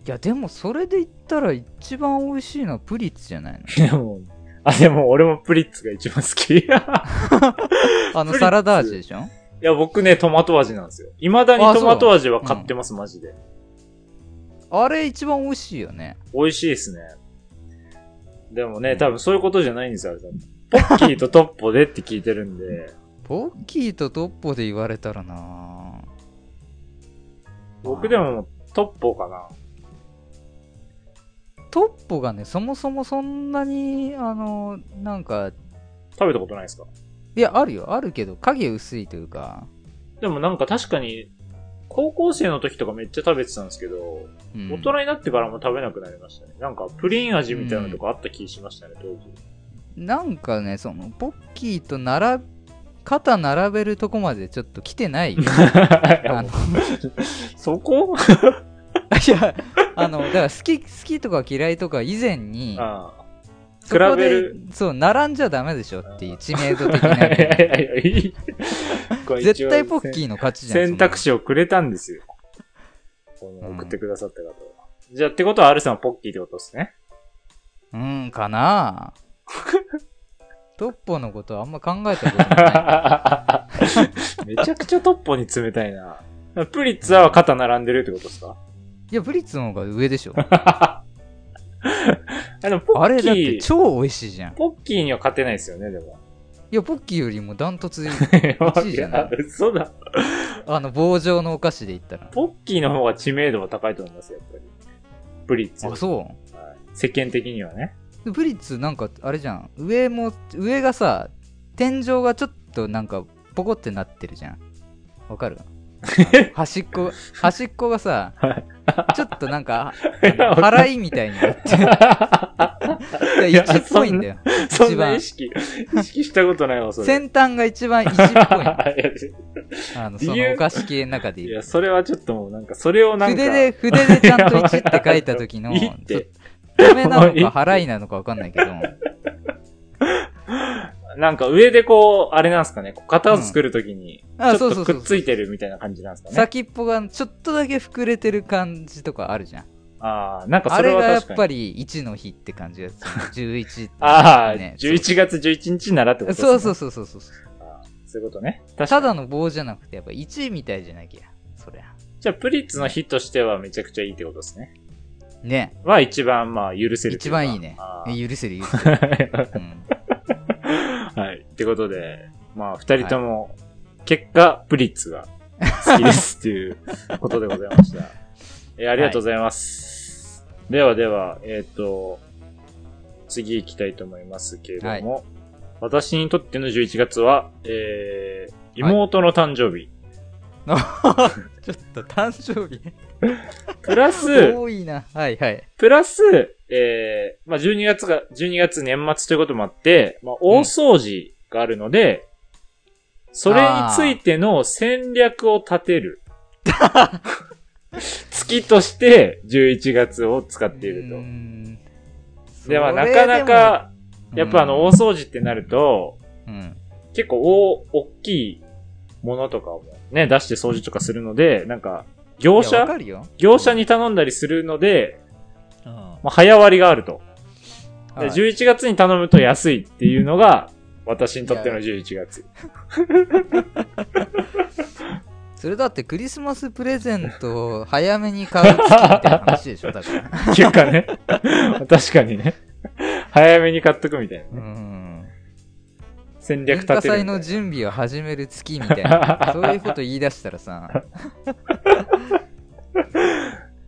いや、でもそれで言ったら一番美味しいのはプリッツじゃ ないの
でも、あ、でも俺もプリッツが一番好き。 いや、
あの
プリッツ
サラダ味でしょ
僕ね、トマト味なんですよ。未だに
あそう
トマト味は買ってます、マジで。
あれ一番美味しいよね。
美味しいですね。でもね、多分そういうことじゃないんですよ、あれ多分ポッキーとトッポでって聞いてるん で、
ポッキーとトッポで言われたらな
僕でもトッポかな。
トッポがね、そもそもそんなに、あの、なんか、
食べたことないですか
いや、あるよ。あるけど、影薄いというか。
でもなんか確かに、高校生の時とかめっちゃ食べてたんですけど、
うん
大人になってからも食べなくなりましたね。なんかプリン味みたいなのとかあった気しましたね、当時。
なんかね、その、ポッキーと並べ、肩並べるとこまでちょっと来てないよ。
いや
あの
もうそこ
いや、あの、だから好き、好きとか嫌いとか以前に、
ああ
そこで
比べる。
そう、並んじゃダメでしょっていう知名度的
いや
ないね。
やいや、いい。 これ 一応
絶対ポッキーの勝ちじゃん。
選択
肢。
肢をくれたんですよ。この送ってくださった方は。じゃあってことは、アルさんはポッキーってことです ね。
うん、か なトッポのことはあんま考えたこと ない。
めちゃくちゃトッポに冷たいな。プリッツァは肩並んでるってことですか
いや、ブリッツの方が上でしょ。
あでもポ
あ
ッ
れ
キ
だって
ー、
超美味しいじゃん。い
ポッキーには勝てないですよね、でも。
や、ポッキーよりもダント ツ、1位
い
じゃない
や、嘘だ。
あの、棒状のお菓子で言ったら。
ポッキーの方が知名度は高いと思いますよ、やっぱり。プリッツ
あ、
ァ。
そ
世間的にはね。
う。ブリッツなんか、あれじゃん。上も、上がさ、天井がちょっとなんか、ポコってなってるじゃん。わ かるあの端っこ、端っこがさ、ちょっとなんか、
わかん
払いみたいになって
い
い
や
や1っぽいんだよ。
そんな意識、意識したことないわ、それ。
先端が一番1っぽいの。
い
あの、
理
そ
由
のお菓子系の中で言
や、
う。
それはちょっともうなんか、それをなんか。
筆で、筆でちゃんと1って書いた時の、
いいって。
ダメな
も
の
ういい
か払いなのかわかんないけど、
なんか上でこう、あれなんですかね、こう型を作るとき
う
に、
んあ
ちょっ
そうそ
と
うそ
く
う
っついてるみたいな感じなんですかね。
先っぽがちょっとだけ膨れてる感じとかあるじゃん。
ああ、なんか
あ
それ
れ
は
がや
確
っ
かに。
ぱり1の日って感じがする。11って。
ああ、
ね
11月11日ならってことですね。
そうそうそうそうそう。
そういうことね。確か
た
に。
だの棒じゃなくて、やっぱ1みたいじゃなきゃ。そりゃ。
じゃあ、プリッツの日としてはめちゃくちゃいいってことですね。
ね。
は一番、まあ、許せると
一
うか
番いいね
あ。 ー
許せる許せる。うん
はい。ってことで、まあ、二人とも、結果、プリッツが好きですっていうことでございました。えーありがとうございます。ではでは、えっ、と、次行きたいと思いますけれども、私にとっての11月は、えー、妹の誕生日、
ちょっと誕生日
プラス、
多いな。はいはい。
プラス、えー、まあ、12月が、12月年末ということもあって、まあ、大掃除があるので、それについての戦略を立てる。月として11月を使っている
うー
と。
ん
では、
それ
な
で
かなか、
も
やっぱあの、大掃除ってなると、
うん、
結構大、大きいものとかをね、出して掃除とかするので、なんか、
い
業
やわ
者
かるよ。
業者に頼んだりするので、
うん
まあ、早割りがあると。
はい
11月に頼むと安いっていうのが、私にとっての11月。
それだってクリスマスプレゼントを早めに買う月みたいな話でしょだ から
っていうかね。確かにね。早めに買っとくみたいな
う
ね。
ん
戦略
文
立
化
てる
祭
みたい
の
な。
準備を始める月みたい なそういうこと言い出したらさ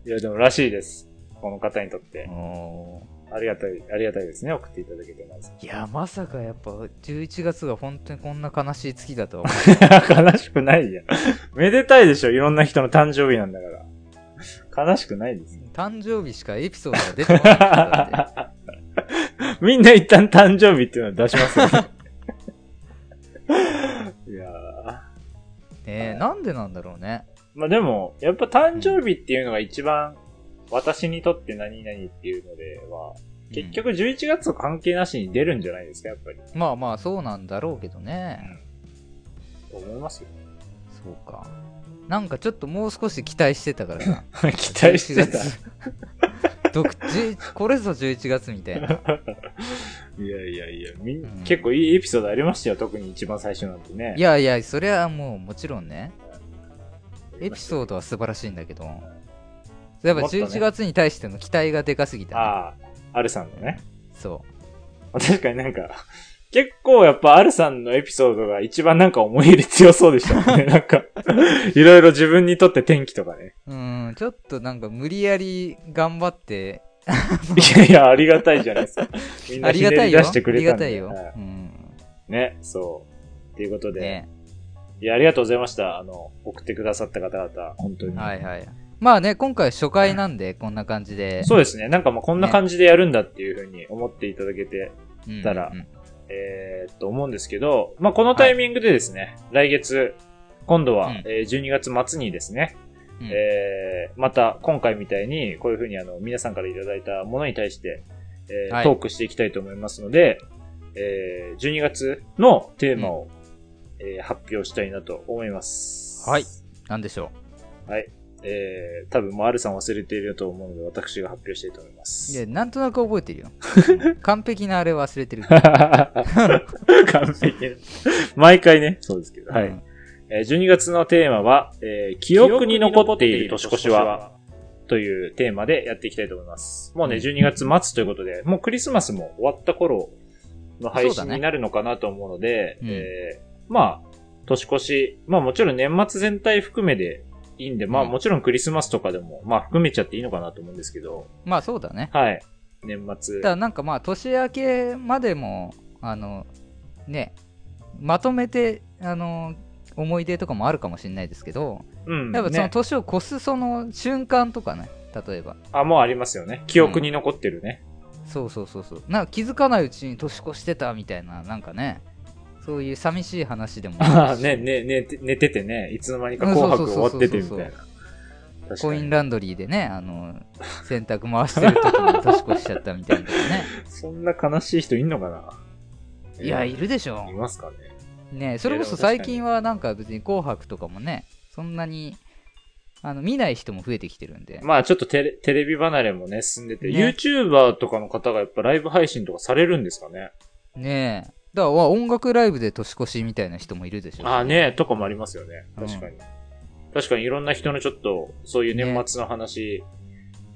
いや、でもらしいです。この方にとって。
お
ありがたい、ありがたいですね。送っていただけてます。
ーいやまさかやっぱ11月が本当にこんな悲しい月だとは思う
悲しくないやん。めでたいでしょ。いろんな人の誕生日なんだから。悲しくな いですよ。
誕生日しかエピソードが出てこなかったんで
みんな一旦誕生日っていうのは出しますよ ね。いやー
ねえなんでなんだろうね
まあでも、やっぱ誕生日っていうのが一番私にとって何々っていうのでは、
うん
結局11月と関係なしに出るんじゃないですか、やっぱり。
まあまあそうなんだろうけどね
と思いま すよ。
そうかなんかちょっともう少し期待してたからさ
期待して
11
た。
月ど11これぞ11月みたいない
やいやいや、みん
うん
結構いいエピソードありましたよ、特に一番最初なんてね。
いやいやそれはもうもちろんね
あり
エ
ま
ピ
したよ、
ソードは素晴らしいんだけどやっぱ
もっとね
11月に対しての期待がでかすぎた、ね、
ああ、アルさんのね。
そ
確かになんか、結構やっぱアルさんのエピソードが一番なんか思い入れ強そうでしたもんね。 なんか、いろいろ自分にとって天気と かね。
ううんちょっとなんか無理やり頑張って
いやいや、ありがたいじゃないですか。みん
あ
な
り
ひね
がた
り
いよ
出
あ
してくれ
り
た
が
んで。
たいよ、
は
うん
いね、そう。ということで、
ね
いや、ありがとうございました。あの、送ってくださった方々、本当に。
はいはいまあね今回初回なんでこんな感じで
そうですね。なんかまあこんな感じでやるんだっていうふうに思っていただけて、
うん
たら
うん
えーっと、思うんですけど、まあ、このタイミングでですね、来月、今度
う
は、
ん
えー12月末にですね、
うん
えーまた今回みたいに、こういうふうにあの、皆さんからいただいたものに対して、えー
はい
トークしていきたいと思いますので、えー12月のテーマを、えー発表したいなと思います。
はいなんでしょ
えー、多分もうあるさん忘れていると思うので、私が発表したいと思いま
う
す。
いやなんとなく覚えて るよ完璧なあれ忘れてるけど
完璧な。 毎回ね、そうですけど。はい。
うん
えー12月のテーマは、えー記憶に残っている年越しは、というテーマでやっていきたいと思います。もうね、
うん
12月末ということで、もうクリスマスも終わった頃の配
そう
信
だね
になるのかなと思うので、
うん
えーまあ、年越し、まあもちろん年末全体含めでいいんで、まあ
うん
もちろんクリスマスとかでも、まあ含めちゃっていいのかなと思うんですけど、
まあそうだね
はい。年末。
ただなんかまあ年明けまでもあのねまとめてあの思い出とかもあるかもしれないですけど、
うん
やっぱその
ね
年を越すその瞬間とかね例えば
あ、もうありますよね。記憶に残ってるね。
そうそうそうそうなんか気づかないうちに年越してたみたいななんかねそういう寂しい話でも
あ
あ
あ、
るし
ね、ね、ね、て寝ててね、いつの間にか
うん
紅
そう
白
そう
終
そ
わ
う
っ
そう
ててみたいな。確
コ
か
イン
に。
ランドリーでねあの洗濯回してる時に年越しちゃったみたいなとかね
そんな悲しい人いんのか ない
いやいるでしょ
いますかね
ねそれこそ最近はなんか別に「紅白」とかもねそんなにあの見ない人も増えてきてるんで、
まあちょっとテレテレビ離れもね、進んでて、
ね
YouTuber とかの方がやっぱライブ配信とかされるんですかね
ねえだからわ音楽ライブで年越しみたいな人もいるでしょ
ああね、とかもありますよね。
うん
確かに。確かにいろんな人のちょっと、そういう年末の話、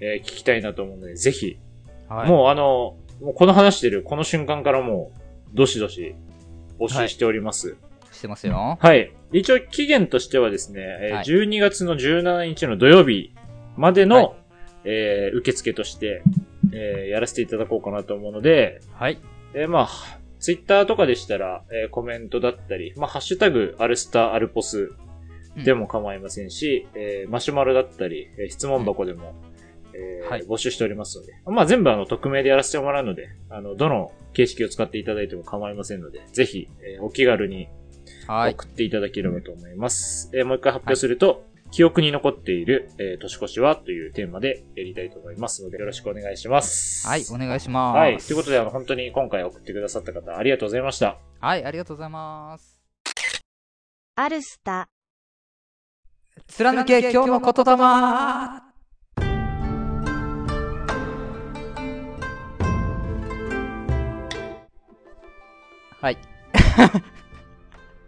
えー聞きたいなと思うので、ぜひ、
はい、
もうあの、もうこの話してる、この瞬間からもう、どしどし、募集しております。
してますよ
はい。一応期限としてはですね、えー
はい
12月の17日の土曜日までの、
はい
えー受付として、えーやらせていただこうかなと思うので、
はい
えーまあ、ツイッターとかでしたら、えーコメントだったり、まあ、ハッシュタグ、アルスタ、アルポスでも構いませんし、えーマシュマロだったり、えー質問箱でも、えー
はい
募集しておりますので、まあ、全部あの、匿名でやらせてもらうので、あの、どの形式を使っていただいても構いませんので、ぜひ、えーお気軽に
はい
送っていただければと思います。えーもう一回発表すると、記憶に残っている、えー年越しはというテーマでやりたいと思いますので、よろしくお願いします。
はいお願いします
はい。ということで、あの、本当に今回送ってくださった方、ありがとうございました。
はいありがとうございます
アルスタ。
貫け今日の言霊ははい。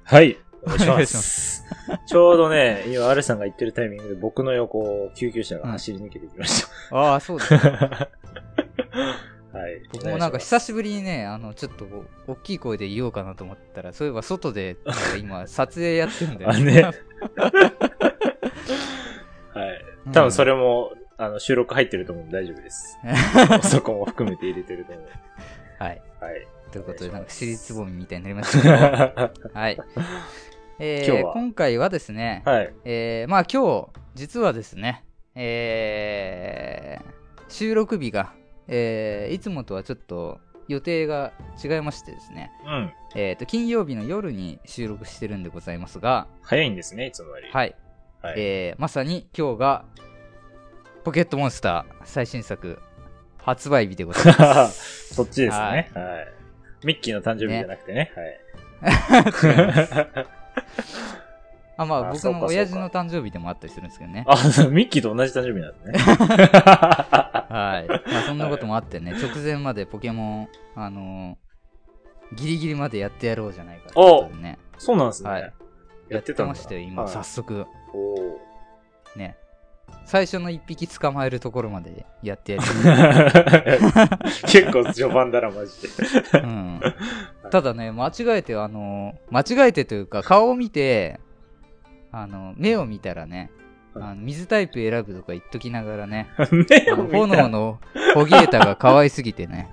はい。お願い
願い
し
し
ま。
ます
ちょうどね、今、アルさんが言ってるタイミングで僕の横を救急車が走り抜けてきました。
ああ、そうです。
はい。
僕もなんか
お願いし
久しぶりにね、あの、ちょっと大きい声で言おうかなと思ったら、そういえば外でなんか 今撮影やってるんだよ
あね。ますはい。多分それも、あの、収録入ってると思うんで大丈夫 です。そこも含めて入れてると思う。
うんはい。
はい。
ということで、
お
な
願
ん
いします
か尻つぼみみたいになりましたけど。はい。えー
今日は
今回はですね、
はい。
えーまあ今日、実はですね、えー収録日が、えーいつもとはちょっと予定が違いましてですね、
うん。
えーと、金曜日の夜に収録してるんでございますが、
早いんですね、いつもより。
はい。
はい。。
えーまさに今日が、ポケットモンスター最新作発売日でございます
そっちですね。は
はいい。
ミッキーの誕生日じゃなくてね。
違います
はい。
あま
あ
あ僕
そうかそ
の
うか
親父の誕生日でもあったりするんですけどね。
あ、ミッキーと同じ誕生日なん だね。
はい。まあそんなこともあってね、直前までポケモン、あのーギリギリまでやってやろうじゃないかってことでね。
そうなんですね。
はいやって
んだ
ましたよ、今、
はい
早速。
おー
ね。最初の一匹捕まえるところまでやってやる。
結構序盤だな、マジで。
うん、ただね、間違えて、あのー、間違えてというか、顔を見て、あの、目を見たらね、
はい
あの水タイプ選ぶとか言っときながらね、
目
あ
を
の
見た
炎
ら、
のホゲータが可愛すぎてね、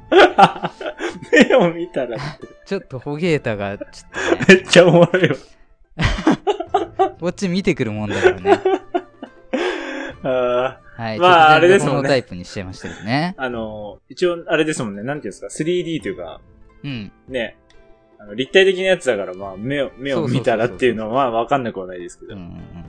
目を見たら、
ちょっとホゲータが、ちょっとね、
めっちゃおもろいわ。
こっち見てくるもんだからね。
あー
はい、
まああれですもんね
のタイプにしちゃいましたけどね。
あの、一応、あれですもんね、なんていうんですか、3D というか、
うん。
ね、あの立体的なやつだから、まあ、目を、目を見たらっていうのは、まあわかんなくはないですけ
うんうん
ど。
うん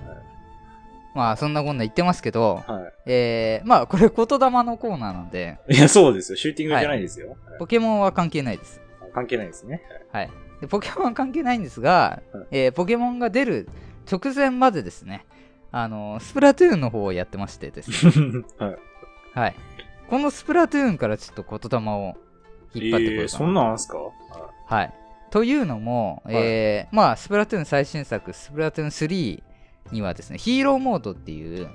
まあそんなこんな言ってますけど、
は
えー、まあこれ言霊のコーナーなんで、
い。いや、そうですよ。シューティングじゃないですよ。
ポケモンは関係ないです。
はい関係ないです ね。
はい。でポケモンは関係ないんですが
うん、
えーポケモンが出る直前までですね、あのースプラトゥーンの方をやってまして ですね、
はい。はい
はい。このスプラトゥーンからちょっと言霊を引っ張ってこようかな
えーそんなんあんすかは
はい。というのも、
はい
えーまあ、スプラトゥーン最新作、スプラトゥーン3にはですね、ヒーローモードっていう、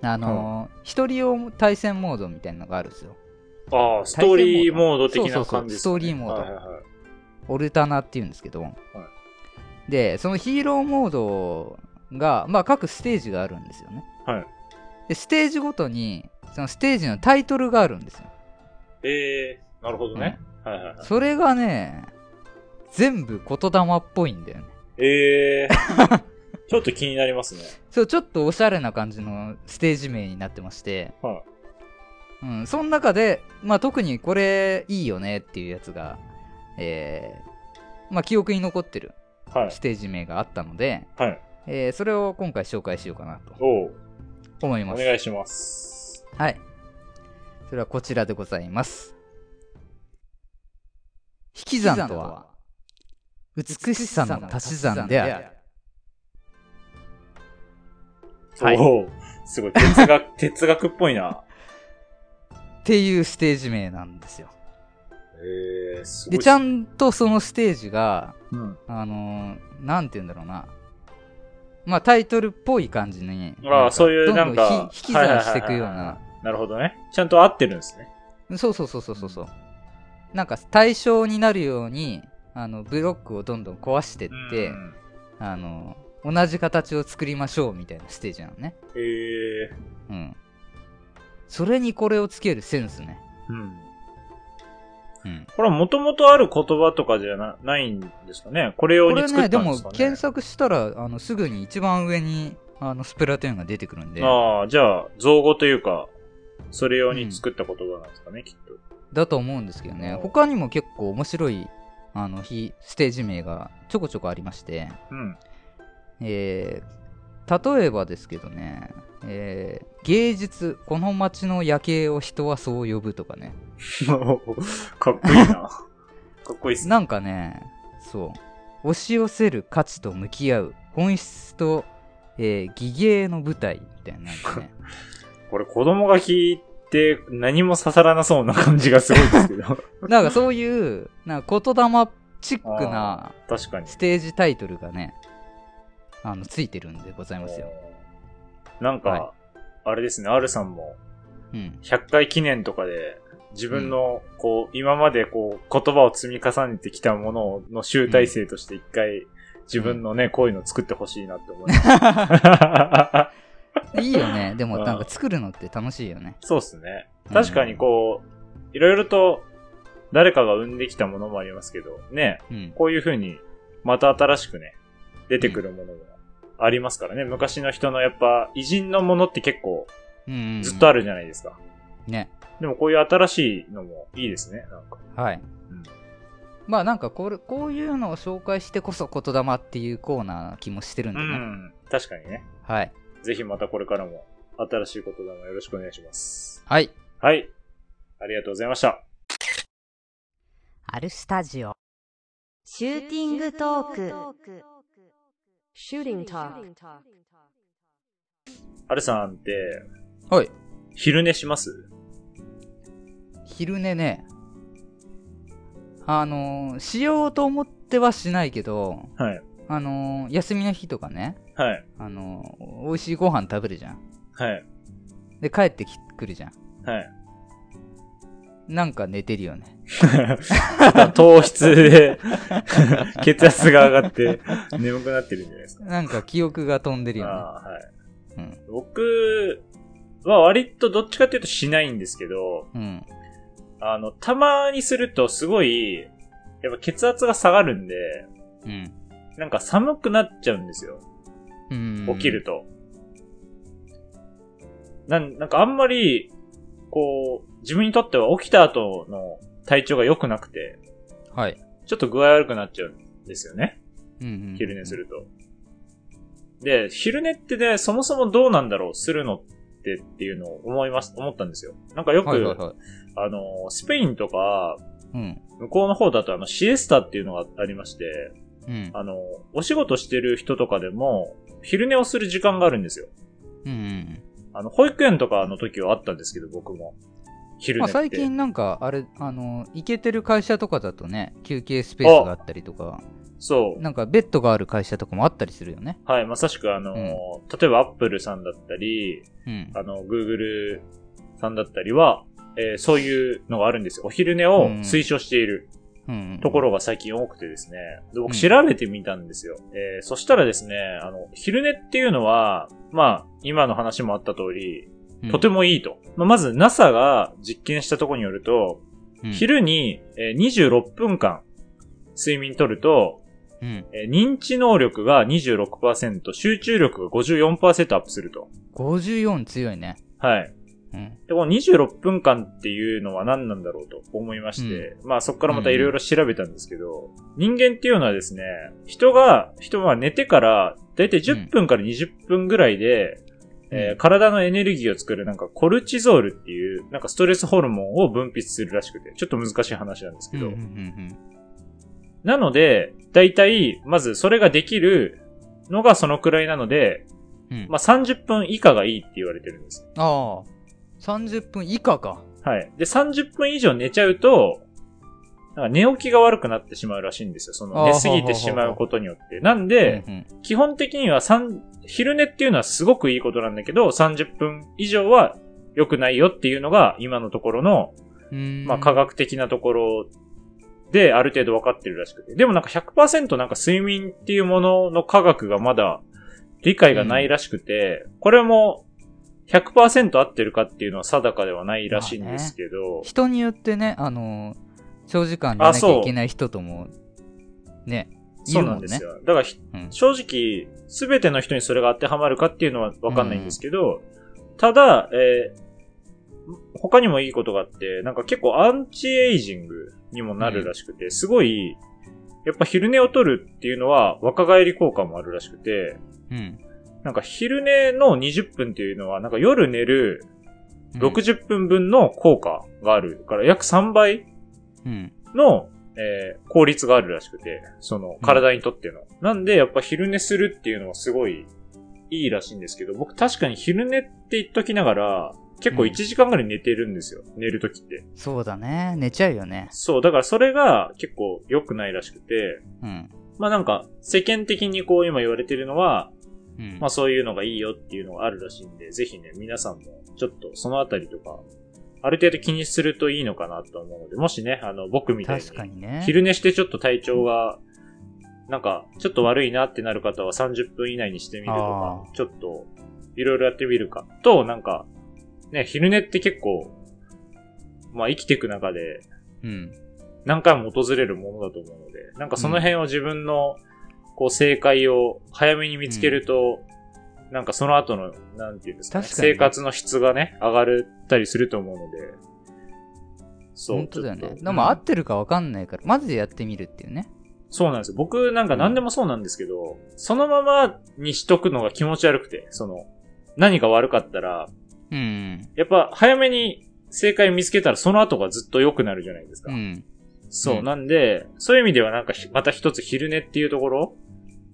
あのー一人用対戦モードみたいなのがあるんですよ。
いああ、ストーリーモード的
そ
な
うそうそ
感
う
じですね。
ストーリーモード
はいはいはい
オルタナっていうんですけど、で、そのヒーローモードが、まあ、各ステージがあるんですよね。
はい
で、ステージごとに、そのステージのタイトルがあるんですよ。
えー、なるほどね。はいはいはい。
それがね、全部言霊っぽいんだよね。
えー、 ちょっと気になりますね。
そう、ちょっとおしゃれな感じのステージ名になってまして、
は
うん、その中で、まあ、特にこれいいよねっていうやつが、えーまあ、記憶に残ってる
はい。
ステージ名があったので、
はい。
えーそれを今回紹介しようかなと
おう
思い
お
ます。
願いします。
はい。それはこちらでございます。引き算とは、美しさの足し算である。はい
おうすごい、哲学、 哲学っぽいな。
っていうステージ名なんですよ。
えー、すごい。
で、ちゃんとそのステージが、
うん。
あのー、なんて言うんだろうな。まあ、タイトルっぽい感じに。
ああ、そういう、
どんど
なんか、
ひ引き算していくよう
はいはいはい
な
は。い。なるほどね。ちゃんと合ってるんですね。
そうそうそうそうそうそう。なんか、対象になるように、あの、ブロックをどんどん壊してって
う、ん
あのー、同じ形を作りましょうみたいなステージなのね。
えー、
うん。それにこれをつけるセンスね。
うん。
うん。
これはもともとある言葉とかじゃなないんですかねこれ
こ
用に
れ
作
ね、
っ
で
たんで
も
すかね
検索したら、あの、すぐに一番上に、あの、スプラトゥーンが出てくるんで、
ああ、じゃあ、造語というか、それ用に作った言葉なんですかね、きっと。
だと思うんですけどね
お。
他にも結構面白い、あの、非ステージ名がちょこちょこありまして、
うん。
えー例えばですけどね、えー芸術、この街の夜景を人はそう呼ぶとかね。
かっこいいな。 かっこいいっすね。
なんかね、そう。押し寄せる価値と向き合う。本質 と、えー、技芸の舞台みたいななんかね。
これ子供が聞いって何も刺さらなそうな感じがすごいですけ ど。
なんかそういう、なんか言霊チックな
確かに。
ステージタイトルがね、あの、ついてるんでございますよ。
なんか、
は
あれですね、R さんも
うん。
100回記念とかで、自分の、こう、今までこう、言葉を積み重ねてきたものをの集大成として一回、自分のね、こういうの作ってほしいなって思いま した。
いいよね。でも
うん
なんか作るのって楽しいよね。
そうっすね。確かにこう、いろいろと、誰かが生んできたものもありますけど、ね、
うん。
こういうふうに、また新しくね、出てくるものもありますからね。昔の人のやっぱ、偉人のものって結構、
うんうんうん
ずっとあるじゃないですか。
ね。
でもこういう新しいのもいいですね、なんか。
はい。
うん
まあなんかこれ、こういうのを紹介してこそ言霊っていうコーナーな気もしてるんで
う
ね。
ん。確かにね。
はい。
ぜひまたこれからも、新しいことでもよろしくお願いします。
はい。
はい。ありがとうございました。
アルスタジオ
シューティングトーク。
Shooting Talk
アルさんって、
はい。
昼寝します
昼寝ね。あのーしようと思ってはしないけど、
はい。
あのー休みの日とかね、
はい。
あのー美味しいご飯食べるじゃん。
はい。
で、帰ってきくるじゃん。
はい。
なんか寝てるよね。
糖質で、 血圧が上がって、眠くなってるんじゃないですか。
なんか記憶が飛んでるよね。
ああ、はい。
うん。
僕は割とどっちかっていうとしないんですけど、
うん。
あの、たまにするとすごい、やっぱ血圧が下がるんで、
うん。
なんか寒くなっちゃうんですよ。
うん。
起きると。なん、なんかあんまり、こう、自分にとっては起きた後の体調が良くなくて、
はい。
ちょっと具合悪くなっちゃうんですよね。
うんうん。
昼寝す。ると。で、昼寝ってね、そもそもどうなんだろう、するのってっていうのを思います、思ったんですよ。なんかよく、
はいはいはい。
あの、スペインとか、
うん。
向こうの方だとあの、シエスタっていうのがありまして、
うん。
あの、お仕事してる人とかでも、昼寝をする時間があるんですよ。
うんうん
あの、保育園とかの時はあったんですけど、僕も。
うん。
昼
ま
寝っ
あ
て。
最近なんか、あれ、あのー、行けてる会社とかだとね、休憩スペースがあったりとか、
そう。
なんかベッドがある会社とかもあったりするよね。
はい、まさしくあの、
うん
例えばアップルさんだったり、
うん。
あの、Google さんだったりは、えーそういうのがあるんですよ。お昼寝を推奨している
うんうん
ところが最近多くてですね。で
うん
僕調べてみたんですよ。えーそしたらですね、あの、昼寝っていうのは、まあ、今の話もあった通り、とてもいいと。まあまず NASA が実験したところによると、
うん、
昼に、えー26分間睡眠取ると、
うん、
えー認知能力が26%、集中力が54%アップすると。
54強いね。
はい。
うん。
で、この26分間っていうのは何なんだろうと思いまして、まあそこからまたいろいろ調べたんですけど、人間っていうのはですね、人が、人は寝てから、だいたい10分から20分ぐらいで、えー体のエネルギーを作るなんかコルチゾールっていう、なんかストレスホルモンを分泌するらしくて、ちょっと難しい話なんですけ
うん
ど、
うんうん
なので、だいたい、まずそれができるのがそのくらいなので、
うん。うん
まあ、30分以下がいいって言われてるんです。
ああ、30分以下か。
はい。で、30分以上寝ちゃうと、なんか寝起きが悪くなってしまうらしいんですよ。その
あー
寝すぎてしまうことによって。なんで、
うんうん
基本的には三昼寝っていうのはすごくいいことなんだけど、30分以上は良くないよっていうのが今のところの、
うーん
まあ科学的なところである程度分かってるらしくて。でもなんか100%なんか睡眠っていうものの科学がまだ理解がないらしくて、これも100%合ってるかっていうのは定かではないらしいんですけど、
人によってね、あのー、長時間寝なきゃいけない人とも、ね、い
そ
る
う
も
なん
ん
で
ね
す。よ。だからひ
うん
正直、すべての人にそれが当てはまるかっていうのはわかんないんですけど、ただ、えー他にもいいことがあって、なんか結構アンチエイジングにもなるらしくて、すごい、やっぱ昼寝を取るっていうのは若返り効果もあるらしくて、
うん。
なんか昼寝の20分っていうのは、なんか夜寝る
うん、
60分分の効果があるから、約3倍
うん。
の、えー効率があるらしくて、その、体にとっての。なんで、やっぱ昼寝するっていうのはすごいいいらしいんですけど、僕確かに昼寝って言っときながら、結構1時間ぐらい寝てるんですよ。寝るときって。
そうだね。寝ちゃうよね。
そう、だからそれが結構良くないらしくて、
うん。
まあなんか、世間的にこう今言われてるのは、
うん。
まあそういうのがいいよっていうのがあるらしいんで、ぜひね、皆さんもちょっとそのあたりとか、ある程度気にするといいのかなと思うので、もしね、あの、僕みたい
確か
に、
にね。
昼寝してちょっと体調が、なんか、ちょっと悪いなってなる方は30分以内にしてみるとか
あ、
ちょっと、いろいろやってみるか。と、なんか、ね、昼寝って結構、まあ生きていく中で、
うん。
何回も訪れるものだと思うので、なんかその辺を自分の、こう、正解を早めに見つけると、なんかその後の、なんていうんですか,、ね
確かにね
生活の質がね、上がったりすると思うので、そう。
本当だよ
ちょ
ね
っ。と
でも合
うん
ってるか分かんないから、マジでやってみるっていうね。
そうなんですよ。僕なんか何でもそうなんですけど、そのままにしとくのが気持ち悪くて、その、何か悪かったら、
うん。
やっぱ早めに正解見つけたらその後がずっと良くなるじゃないですか。
うん。
そう、
うん
なんで、そういう意味ではなんかひまた一つ昼寝っていうところ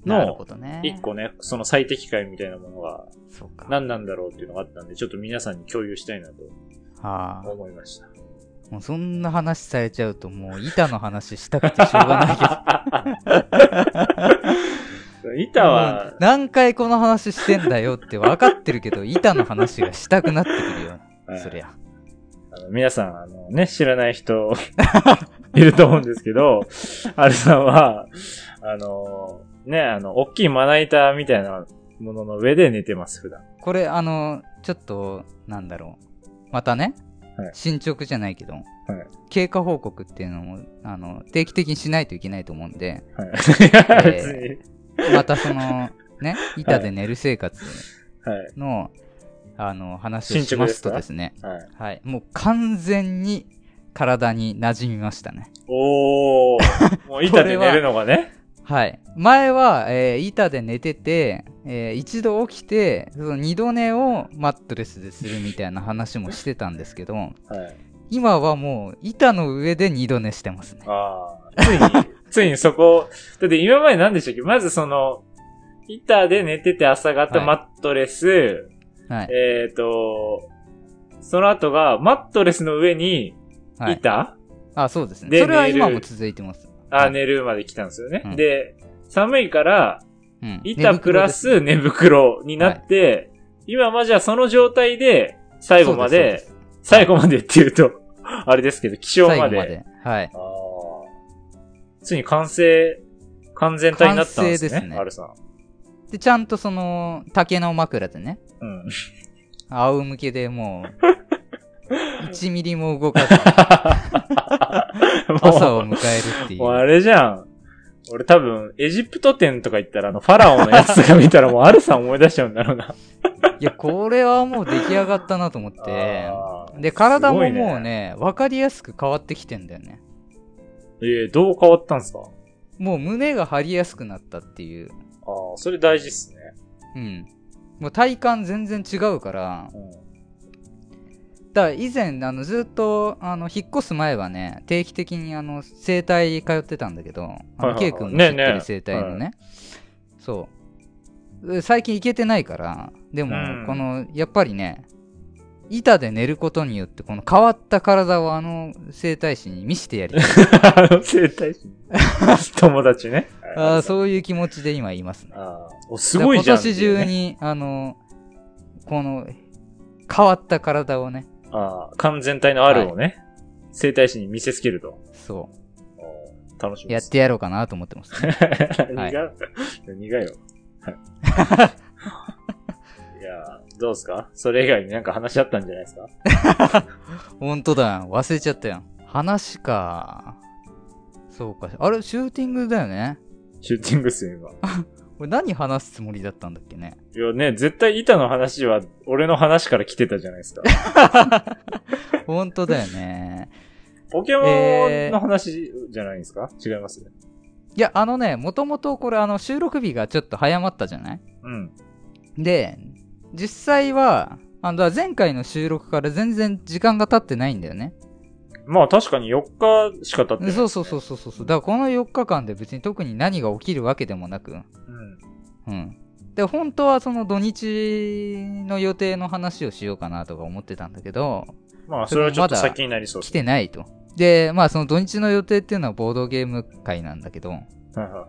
なるほ
の、
どね。
一。個ね、その最適解みたいなものが
そうか。は
何なんだろうっていうのがあったんで、ちょっと皆さんに共有したいなと
あ。
思いました。
もうそんな話されちゃうと、もう板の話したくてしょうがないけど。
板は、
もう何回この話してんだよって分かってるけ ど、板の話がしたくなってくるよ。
はい
そりゃ。
あの皆さん、あのね、知らない人 いると思うんですけど、アルさんは、あの、ね、あの、大きいまな板みたいなものの上で寝てます、普段。
これ、あの、ちょっと、なんだろう。またね、
はい
進捗じゃないけど、経過報告っていうのをあの定期的にしないといけないと思うんで、
はい。 別に。
またその、ね、板で寝る生活
はい。
の、あの、話をしますとですね、
はい。
はい、もう完全に体に馴染みましたね。
おー。もう板で寝るのがね。
はい。前は、えー板で寝てて、えー一度起きて、その二度寝をマットレスでするみたいな話もしてたんですけ ど、
はい。
今はもう板の上で二度寝してますね。
ああ。ついに、ついにそこ、だって今まで何でしたっけまずその、板で寝てて朝方
はい
マットレス、
はい。
えっ、ー、と、その後がマットレスの上に
はい、
板、
あ、そうですね。
で
それは
寝る
今も続いてます。
あ
は
ー
い
寝るまで来たんですよね。
うん
で、寒いから、
うん
板プラス寝袋になって、今まあじゃあその状態で、最後まで、
そうすそうす
最後までっていうと、あれですけど、気象
最
ま
後
で。
まで。はい。
あーついに完成、完全体になったんです
完成です
ね。
ね
あるさん。
で、ちゃんとその、竹の枕でね、
うん。
仰向けでも う、1ミリも動かず朝
も
を迎えるって
う、
い
もうあ
う。
れじゃん。俺多分、エジプト展とか行ったら、あの、ファラオのやつとか見たら、もう、アルさん思い出しちゃうんだろうな。
いや、これはもう出来上がったなと思って。
あー
で、体ももう
すごい
ね、わ、かりやすく変わってきてんだよね。
えー、どう変わったんですか
もう胸が張りやすくなったっていう。
ああ、それ大事っすね。
うん。もう体感全然違うから。
うん。
だから以前、あの、ずっと、あの、引っ越す前はね、定期的に、あの、整体通ってたんだけど、あ
はいはい
の、
はい
K 君の
ね
知
え
って
ねえ
る整体のね。そうで。最近行けてないから、でも、
うん
この、やっぱりね、板で寝ることによって、この変わった体をあの整体師に見せてやりたい
あの、生態師。 友達ね。
あー
う。
そういう気持ちで今言いますね。
あーおすごいじゃん、
だから今年中。に、あの、この、変わった体をね、
ああ、完全体のあるをね、生態師に見せつけると。
そ
あー楽しみ
う、や
で
っ
す。
てやろうかなと思ってます、ね。
何が、何がよ。 いやーどうですかそれ以外になんか話し合ったんじゃないですか
ほんとだよ。忘れちゃったよ。話か。そうか。あれ、シューティングだよね。
シューティングっすよ、今。
これ何話すつもりだったんだっけね。
いやね、絶対板の話は、俺の話から来てたじゃないですか。
ほんとだよね。
ポケモ
え
ン
ー
の話じゃないですか、違いますね。
いや、あのね、もともとこれ、あの、収録日がちょっと早まったじゃない
うん。
で、実際は、あの、だから前回の収録から全然時間が経ってないんだよね。
まあ確かに4日しか経ってない、
そうそうそうそうそう。だからこの4日間で別に特に何が起きるわけでもなく、
うん。
うん。で、本当はその土日の予定の話をしようかなとか思ってたんだけど、
まあ、それはちょっと先になりそうで
来
す
て
ね。
ないと。で、まあその土日の予定っていうのはボードゲーム会なんだけど、
はいはいは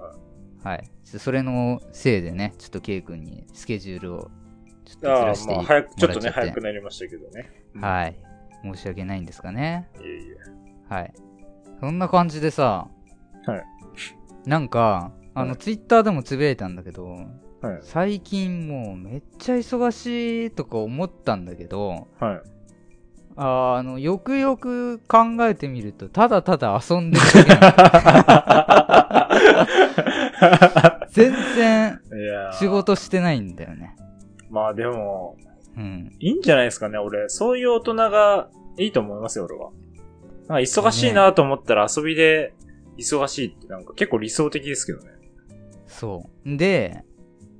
い
はい。ちょそれのせいでね、ちょっと K 君にスケジュールをちょっとず
あ
ら
あ、
して
まあ、
もら
早
っ
く、
ち
ち
ゃ
ょっとね、早く
ね。
なりましたけどね。
はい。申し訳ないんですかね。
いえいえ。
はい。そんな感じでさ、
はい
なんか、あ
は
の、
い
ツイッターでもつぶやいたんだけど、
はい。
最近もうめっちゃ忙しいとか思ったんだけど、
はい。
あーあの、よくよく考えてみると、ただただ遊んでるだけ なの 全然
いやー
仕。事してないんだよね。
まあでも、
うん。
いいんじゃないですかね、俺。そういう大人がいいと思いますよ、俺は。なんか忙しいなと思ったら遊びで忙しいってなんか結構理想的ですけどね。
そう。で、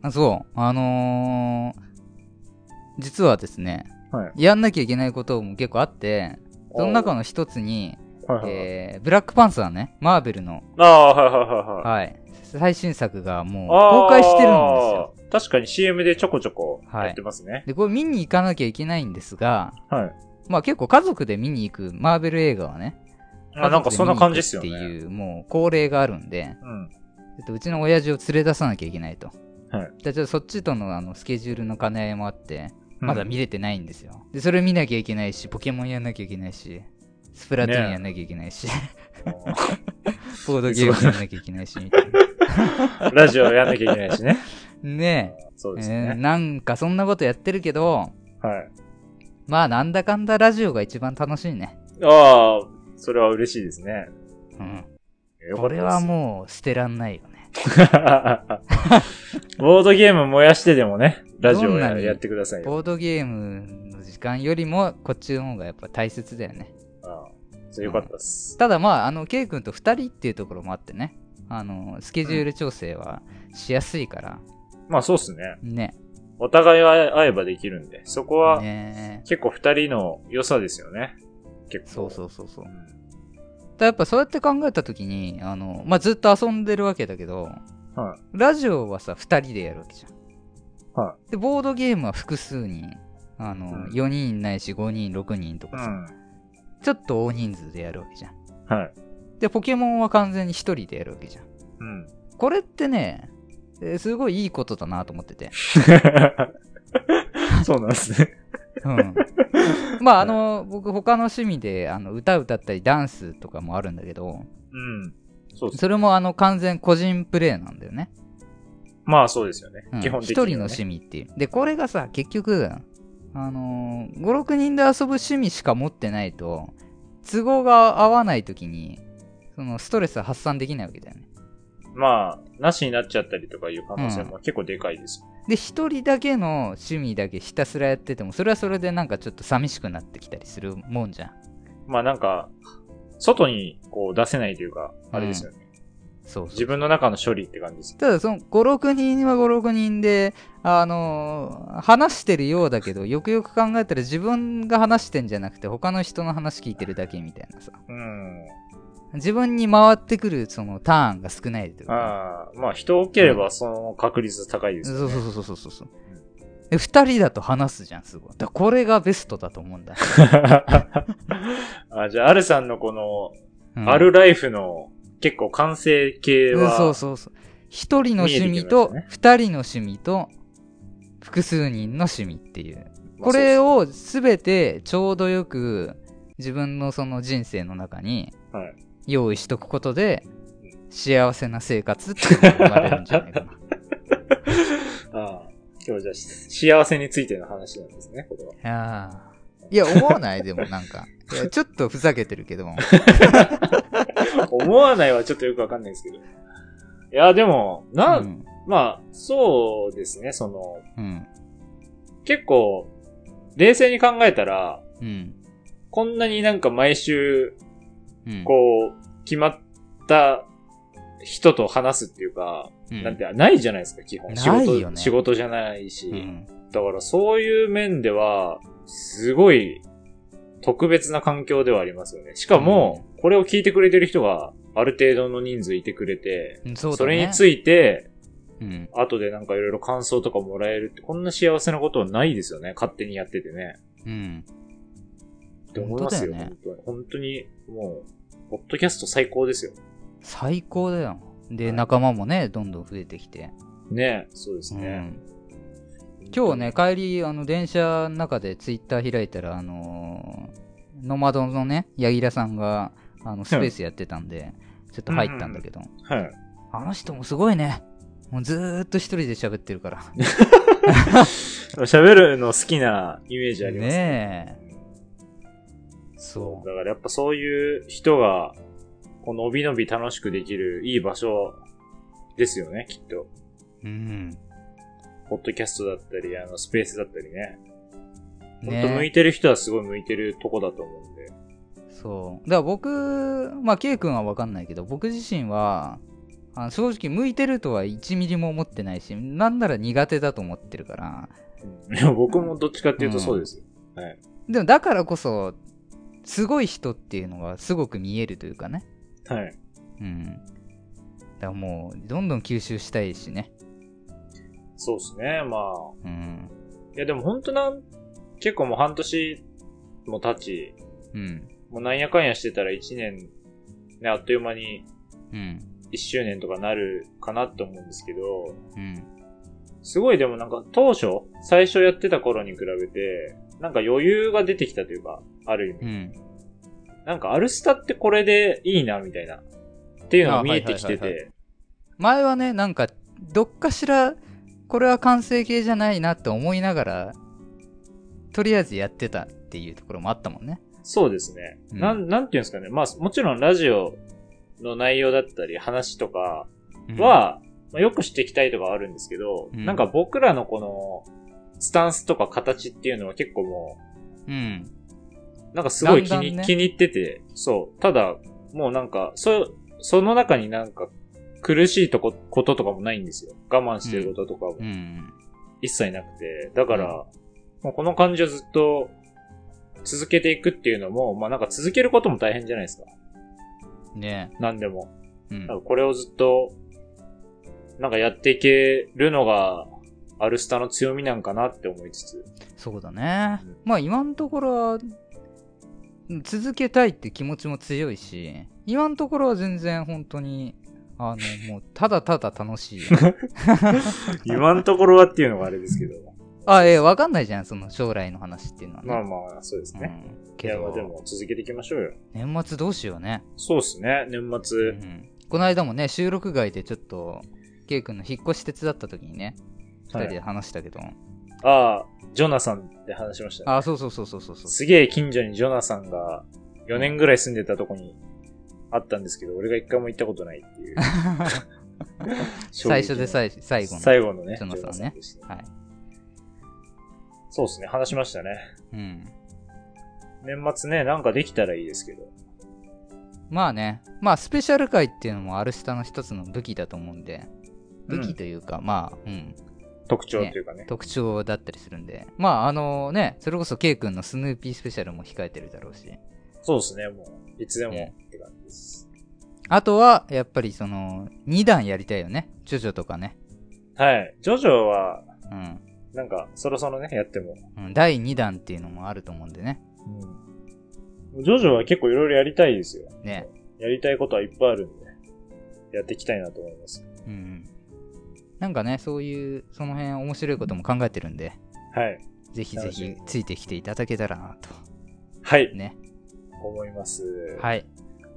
あそう、あのー実はですね、
はい
やんなきゃいけないことも結構あって、その中の一つに、
はいはいはい。
えーブラックパンサーね、マーベルの、
ああ、はいはいはいは
は
い。
い、最新作がもう
あー
公開してるんですよ。
確かに CM でちょこちょこやってますね。
で、これ見に行かなきゃいけないんですが、
はい。
まあ結構家族で見に行くマーベル映画はね、
あなんかそんな感じっすよね。
家族で見に行くっていうもう恒例があるんで、
うん。
ちょっとうちの親父を連れ出さなきゃいけないと。
はい
でちょっとそっちとのあのスケジュールの兼ね合いもあって、まだ 見
る。
れてないんですよ。で、それ見なきゃいけないし、ポケモンやんなきゃいけないし、スプラトゥーンやんなきゃいけないし、 ボードゲームやんなきゃいけないし、みたいな。
ラジオやんなきゃいけないしね。
ね
そう
え
です
えー
ね。
なんかそんなことやってるけど、
はい。
まあなんだかんだラジオが一番楽しいね。
ああ、それは嬉しいですね。
うん。
よか
こ
ったで
れ
す
はもう捨てらんないよね。
ボードゲーム燃やしてでもね、ラジオ
どんな
や
に
やってくださいよ。
ボードゲームの時間よりも、こっちの方がやっぱ大切だよね。
ああそれよかったっす。
ただまあ、あの、ケイ君と2人っていうところもあってね。あの、スケジュール調整はしやすいから、
まあそうっすね。
ね。
お互い会えばできるんで、そこは
ね
結構二人の良さですよね。結
そ
構。
うそうそうそう
う。ん。
だやっぱそうやって考えた時に、あの、まあ、ずっと遊んでるわけだけど、
は
ラジオはさ、2人でやるわけじゃん。
は
で、ボードゲームは複数人。あの、
うん
4人ないし5人、6人と
う
かさ、
ん。
ちょっと大人数でやるわけじゃん。
はい。
で、ポケモンは完全に1人でやるわけじゃん。
うん。
これってね、えーすごいいいことだなと思ってて。
そうなんですね。
うん。 まあ、あの、僕、他の趣味で、あの、歌歌ったり、ダンスとかもあるんだけど、
うん。そうっす。
それも、あの、完全個人プレイなんだよね。
まあそうですよね
うん。
基本的に
一、
はね。
人の趣味っていう。で、これがさ、結局、あのー、5、6人で遊ぶ趣味しか持ってないと、都合が合わないときに、その、ストレス発散できないわけだよね。
まあ、なしになっちゃったりとかいう可能性も結構でかいですよね。
で、一人だけの趣味だけひたすらやってても、それはそれでなんかちょっと寂しくなってきたりするもんじゃん。
まあなんか、外にこう出せないというか、あれですよね。
そうそう
自分の中の処理って感じです。
ただその56人は56人であのー話してるようだけどよくよく考えたら自分が話してんじゃなくて他の人の話聞いてるだけみたいなさ
うん。
自分に回ってくるそのターンが少ないというか
ああ、まあ人多ければその確率高いですよね。
そうそうそうそうそうそうで2人だと話すじゃんすごいだからこれがベストだと思うんだ、
あじゃあ、アルさんのこの、
うん
アルライフの結構完成形
うん
は、
そうそうそう1人の趣味と
見えてきま
2人の趣味と複数人の趣味っていう
まあ
これ、
そう
をすべてちょうどよく自分のその人生の中に
はい
用意しとくことで幸せな生活っていうのが生まれるんじゃない かな。
っすねああ今日じゃあし、幸せについての話なんですね、これは。
いやーいや、思わないでもなんか。いやちょっとふざけてるけども。
思わないはちょっとよくわかんないですけど。いや、でも、な、
うん。
まあ、そうですね、その、
うん。
結構、冷静に考えたら、
うん。
こんなになんか毎週、
うん。
こう、決まった人と話すっていうか、
うん
なんてないじゃないですか、基本。仕事
ないよね
仕事じゃないし、
うん。
だからそういう面では、すごい特別な環境ではありますよね。しかも、これを聞いてくれてる人がある程度の人数いてくれて、
うんそうだね。
それにつ
い
いて、
うん。
後でなんかいろいろ感想とかもらえるって、こんな幸せなことはないですよね。勝手にやっててね。
うん。
って思いますよ、
本
本当に。本当に、もう、ポッドキャスト最高ですよ。
最高だよ。で、
はい
仲間もね、どんどん増えてきて。
ねそうです
う
ね。
ん今日ね、帰り、あの、電車の中でツイッター開いたら、あのーノマドのね、柳楽さんが、あの、スペースやってたんで、ちょっと入ったんだけど、
はい。
あの人もすごいね。もうずーっと一人で喋ってるから。
喋るの好きなイメージありますね。
ねえ。そ
だからやっぱそういう人が、このびのび楽しくできるいい場所ですよね、きっと。
う。うん。
ポッドキャストだったり、あの、スペースだったりね。本当向
ね
いてる人はすごい向いてるとこだと思うんで。
そう。だから僕、まあ、K 君は分かんないけど、僕自身は、あの正直向いてるとは1ミリも思ってないし、なんなら苦手だと思ってるから、
うんいや、僕もどっちかっていうとそうですよ。
でもだからこそ、すごい人っていうのがすごく見えるというかね。
はい。
うん。だからもう、どんどん吸収したいしね。
そうですね、まあ。
うん。
いや、でも本当なん、結構もう半年も経ち、
うん。
もうなんやかんやしてたら1年、ね、あっという間に
うん。
1周年とかなるかなって思うんですけど、
うん。
すごいでもなんか当初、最初やってた頃に比べて、なんか余裕が出てきたというか、ある意味。
うん。
なんかアルスタってこれでいいな、みたいな。っていうのが見えてきて
あはいはいはい
て。
前はね、なんか、どっかしら、これは完成形じゃないなって思いながら、とりあえずやってたっていうところもあったもんね。
そうですね。
うん
なん、なんていうんですかね。まあ、もちろんラジオの内容だったり、話とか、
うん、
は、まあ、よくしていきたいとかはあるんですけど、
うん
なんか僕らのこの、スタンスとか形っていうのは結構も
うん。
う、なんかすごい気
だん
に
だんね
気に入ってて、そう。ただ、もうなんか、そ、その中になんか、苦しいとこ、こととかもないんですよ。我慢してることとかも
うん。
一切なくて。だから、もうこの感じをずっと続けていくっていうのも、まあなんか続けることも大変じゃないですか。
ね
何でも。
え。うん
なん。かこれをずっと、なんかやっていけるのが、アルスタの強みなんかなって思いつつ。
そうだね
うん。
まあ今のところは、続けたいって気持ちも強いし、今のところは全然本当に、あ の、もうただただ楽しい。
今のところはっていうのがあれですけど。
あ、ええ、わかんないじゃん、その将来の話っていうのはね。
まあまあ、そうですね。
うん、
い
け
や、まあで
ど、
も続けていきましょうよ。
年末どうしようね。
そうですね、年
う
末。
ん、この間もね収録外でちょっと K 君の引っ越し手伝った時にね2
はい
人で話したけど、
ああ、ジョナサンって話しましたね。
あそうそうそうそうそうそう
すげえ近所にジョナサンが4年ぐらい住んでたとこにあったんですけど、俺が一回も行ったことないって いう。
最初で最最後の
最後のね、
ジョナサンね
でした
はい、
そうですね、話しましたね。
うん、
年末ね、なんかできたらいいですけど。
まあねまあスペシャル回っていうのもアルスタの一つの武器だと思うんで武器というか、まあ、うん、
特徴というかね。
特徴だったりするんでまああのねそれこそ K 君のスヌーピースペシャルも控えてるだろうし
そうですね、もう、いつでも
ね
って感じです。
あとはやっぱりその2段やりたいよねジョジョとかね
はい。ジョジョは、
うん
なんか、そろそろね、やっても。
うん第2弾っていうのもあると思うんでね
ジョジョは結構いろいろやりたいですよ。
ね
やりたいことはいっぱいあるんで、やっていきたいなと思います。
うん。なんかね、そういう、その辺面白いことも考えてるんで、
はい。
ぜひぜ
楽しみ
ひ
に
ついてきていただけたらな
はい
と。。ね。
思います。
はい。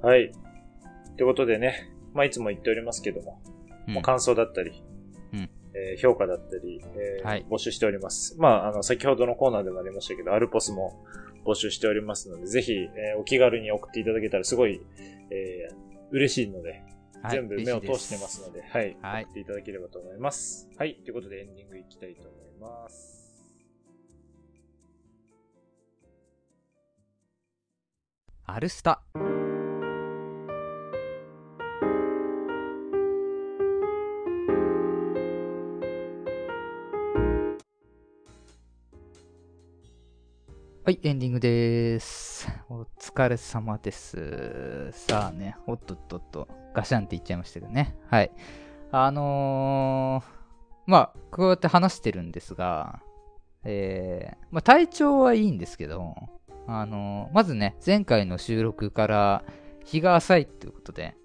い。はい。ってことでね、まあ、いつも言っておりますけども、
うん
まあ感想だったり、
うん
えー評価だったり、えー
はい
募集しております。まあ、あの、先ほどのコーナーでもありましたけど、アルポスも募集しておりますので、ぜひ、えーお気軽に送っていただけたらすごい、えー嬉しいので、
はい
全部目を通してますの。で、はい、
はい
送っていただければと思います。はい、ということでエンディングいきたいと思います。
アルスタ。はい、エンディングです。お疲れ様です。さあね、おっとっとっと、ガシャンって言っちゃいましたけどね。はい。あのーまあ、こうやって話してるんですが、えーまあ、体調はいいんですけど、あのーまずね、前回の収録から日が浅いということで、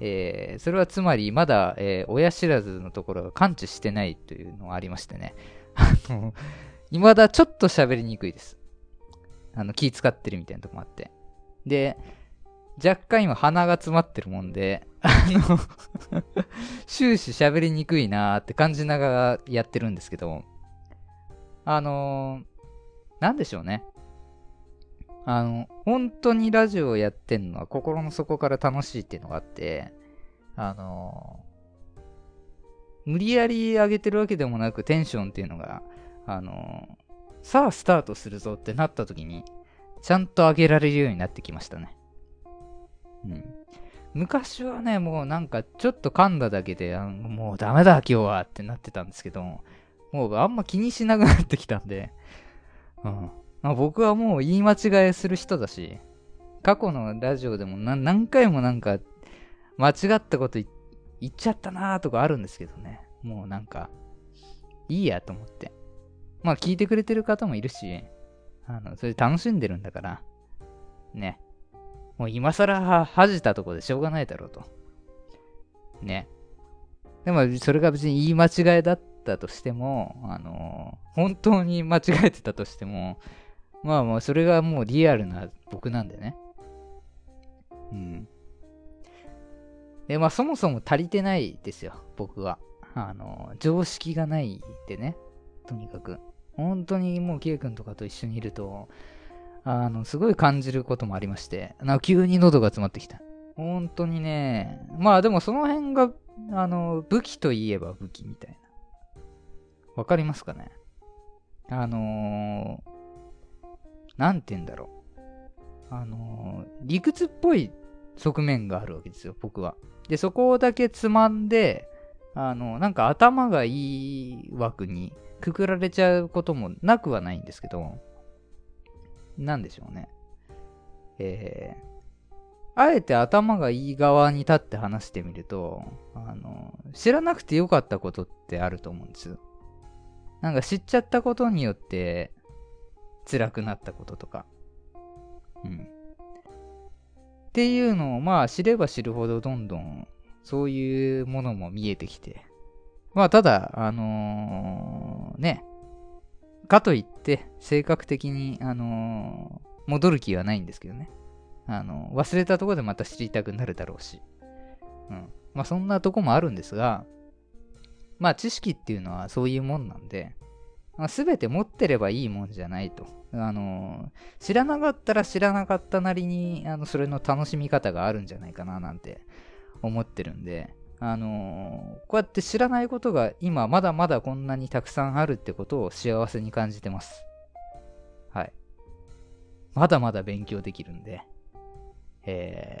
えーそれはつまりまだ、えー親知らずのところが完治してないというのがありましてね、 あの、未だちょっと喋りにくいです。あの、気使ってるみたいなとこもあって。で、若干今鼻が詰まってるもんで、あの、終始喋りにくいなーって感じながらやってるんですけど、あのーなんでしょうね。あの、本当にラジオをやってんのは心の底から楽しいっていうのがあって、あのー無理やり上げてるわけでもなくテンションっていうのが、あのーさあスタートするぞってなった時に、ちゃんと上げられるようになってきましたね。うん。昔はね、もうなんかちょっと噛んだだけで、あもうダメだ今日はってなってたんですけど、もうあんま気にしなくなってきたんで、うん。まあ、僕はもう言い間違えする人だし、過去のラジオでもな何回もなんか間違ったこと言言っちゃったなーとかあるんですけどね。もうなんか、いいやと思って。まあ聞いてくれてる方もいるし、あの、それ楽しんでるんだから、ね。もう今更は恥じたとこでしょうがないだろうと。ね。でもそれが別に言い間違いだったとしても、あの本当に間違えてたとしても、まあまあそれがもうリアルな僕なんでね。うん。で、まあそもそも足りてないですよ、僕は。あの常識がないでね。とにかく。本当にもう、キエ君とかと一緒にいると、あの、すごい感じることもありまして、なんか急に喉が詰まってきた。本当にね、まあでもその辺が、あの、武器といえば武器みたいな。わかりますかねあのー、なんて言うんだろう。あのー理屈っぽい側面があるわけですよ、僕は。で、そこだけつまんで、あの、なんか頭がいい枠にくくられちゃうこともなくはないんですけど、なんでしょうね。えーあえて頭がいい側に立って話してみると、あの、知らなくてよかったことってあると思うんです。なんか知っちゃったことによって、辛くなったこととか。うん。っていうのを、まあ知れば知るほどどんどん、そういうものも見えてきて。まあただ、あのーね、かといって、性格的に、あのー戻る気はないんですけどね。あの忘れたところでまた知りたくなるだろうし。うん。まあそんなとこもあるんですが、まあ知識っていうのはそういうもんなんで、まあ、全て持ってればいいもんじゃないと。あのー知らなかったら知らなかったなりに、あの、それの楽しみ方があるんじゃないかななんて思ってるんで、あのーこうやって知らないことが今まだまだこんなにたくさんあるってことを幸せに感じてます。はい。まだまだ勉強できるんで、え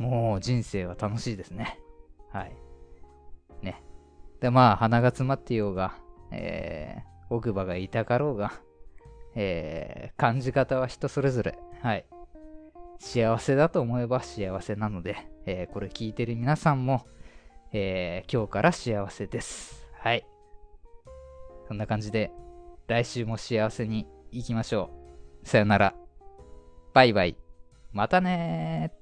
ー、もう人生は楽しいですね。はい。ね。で、まあ、鼻が詰まってようが、えー、奥歯が痛かろうが、えー、感じ方は人それぞれ。はい。幸せだと思えば幸せなので、えーこれ聞いてる皆さんも、えー今日から幸せです。はい。そんな感じで、来週も幸せに行きましょう。さよなら。バイバイ。またねー。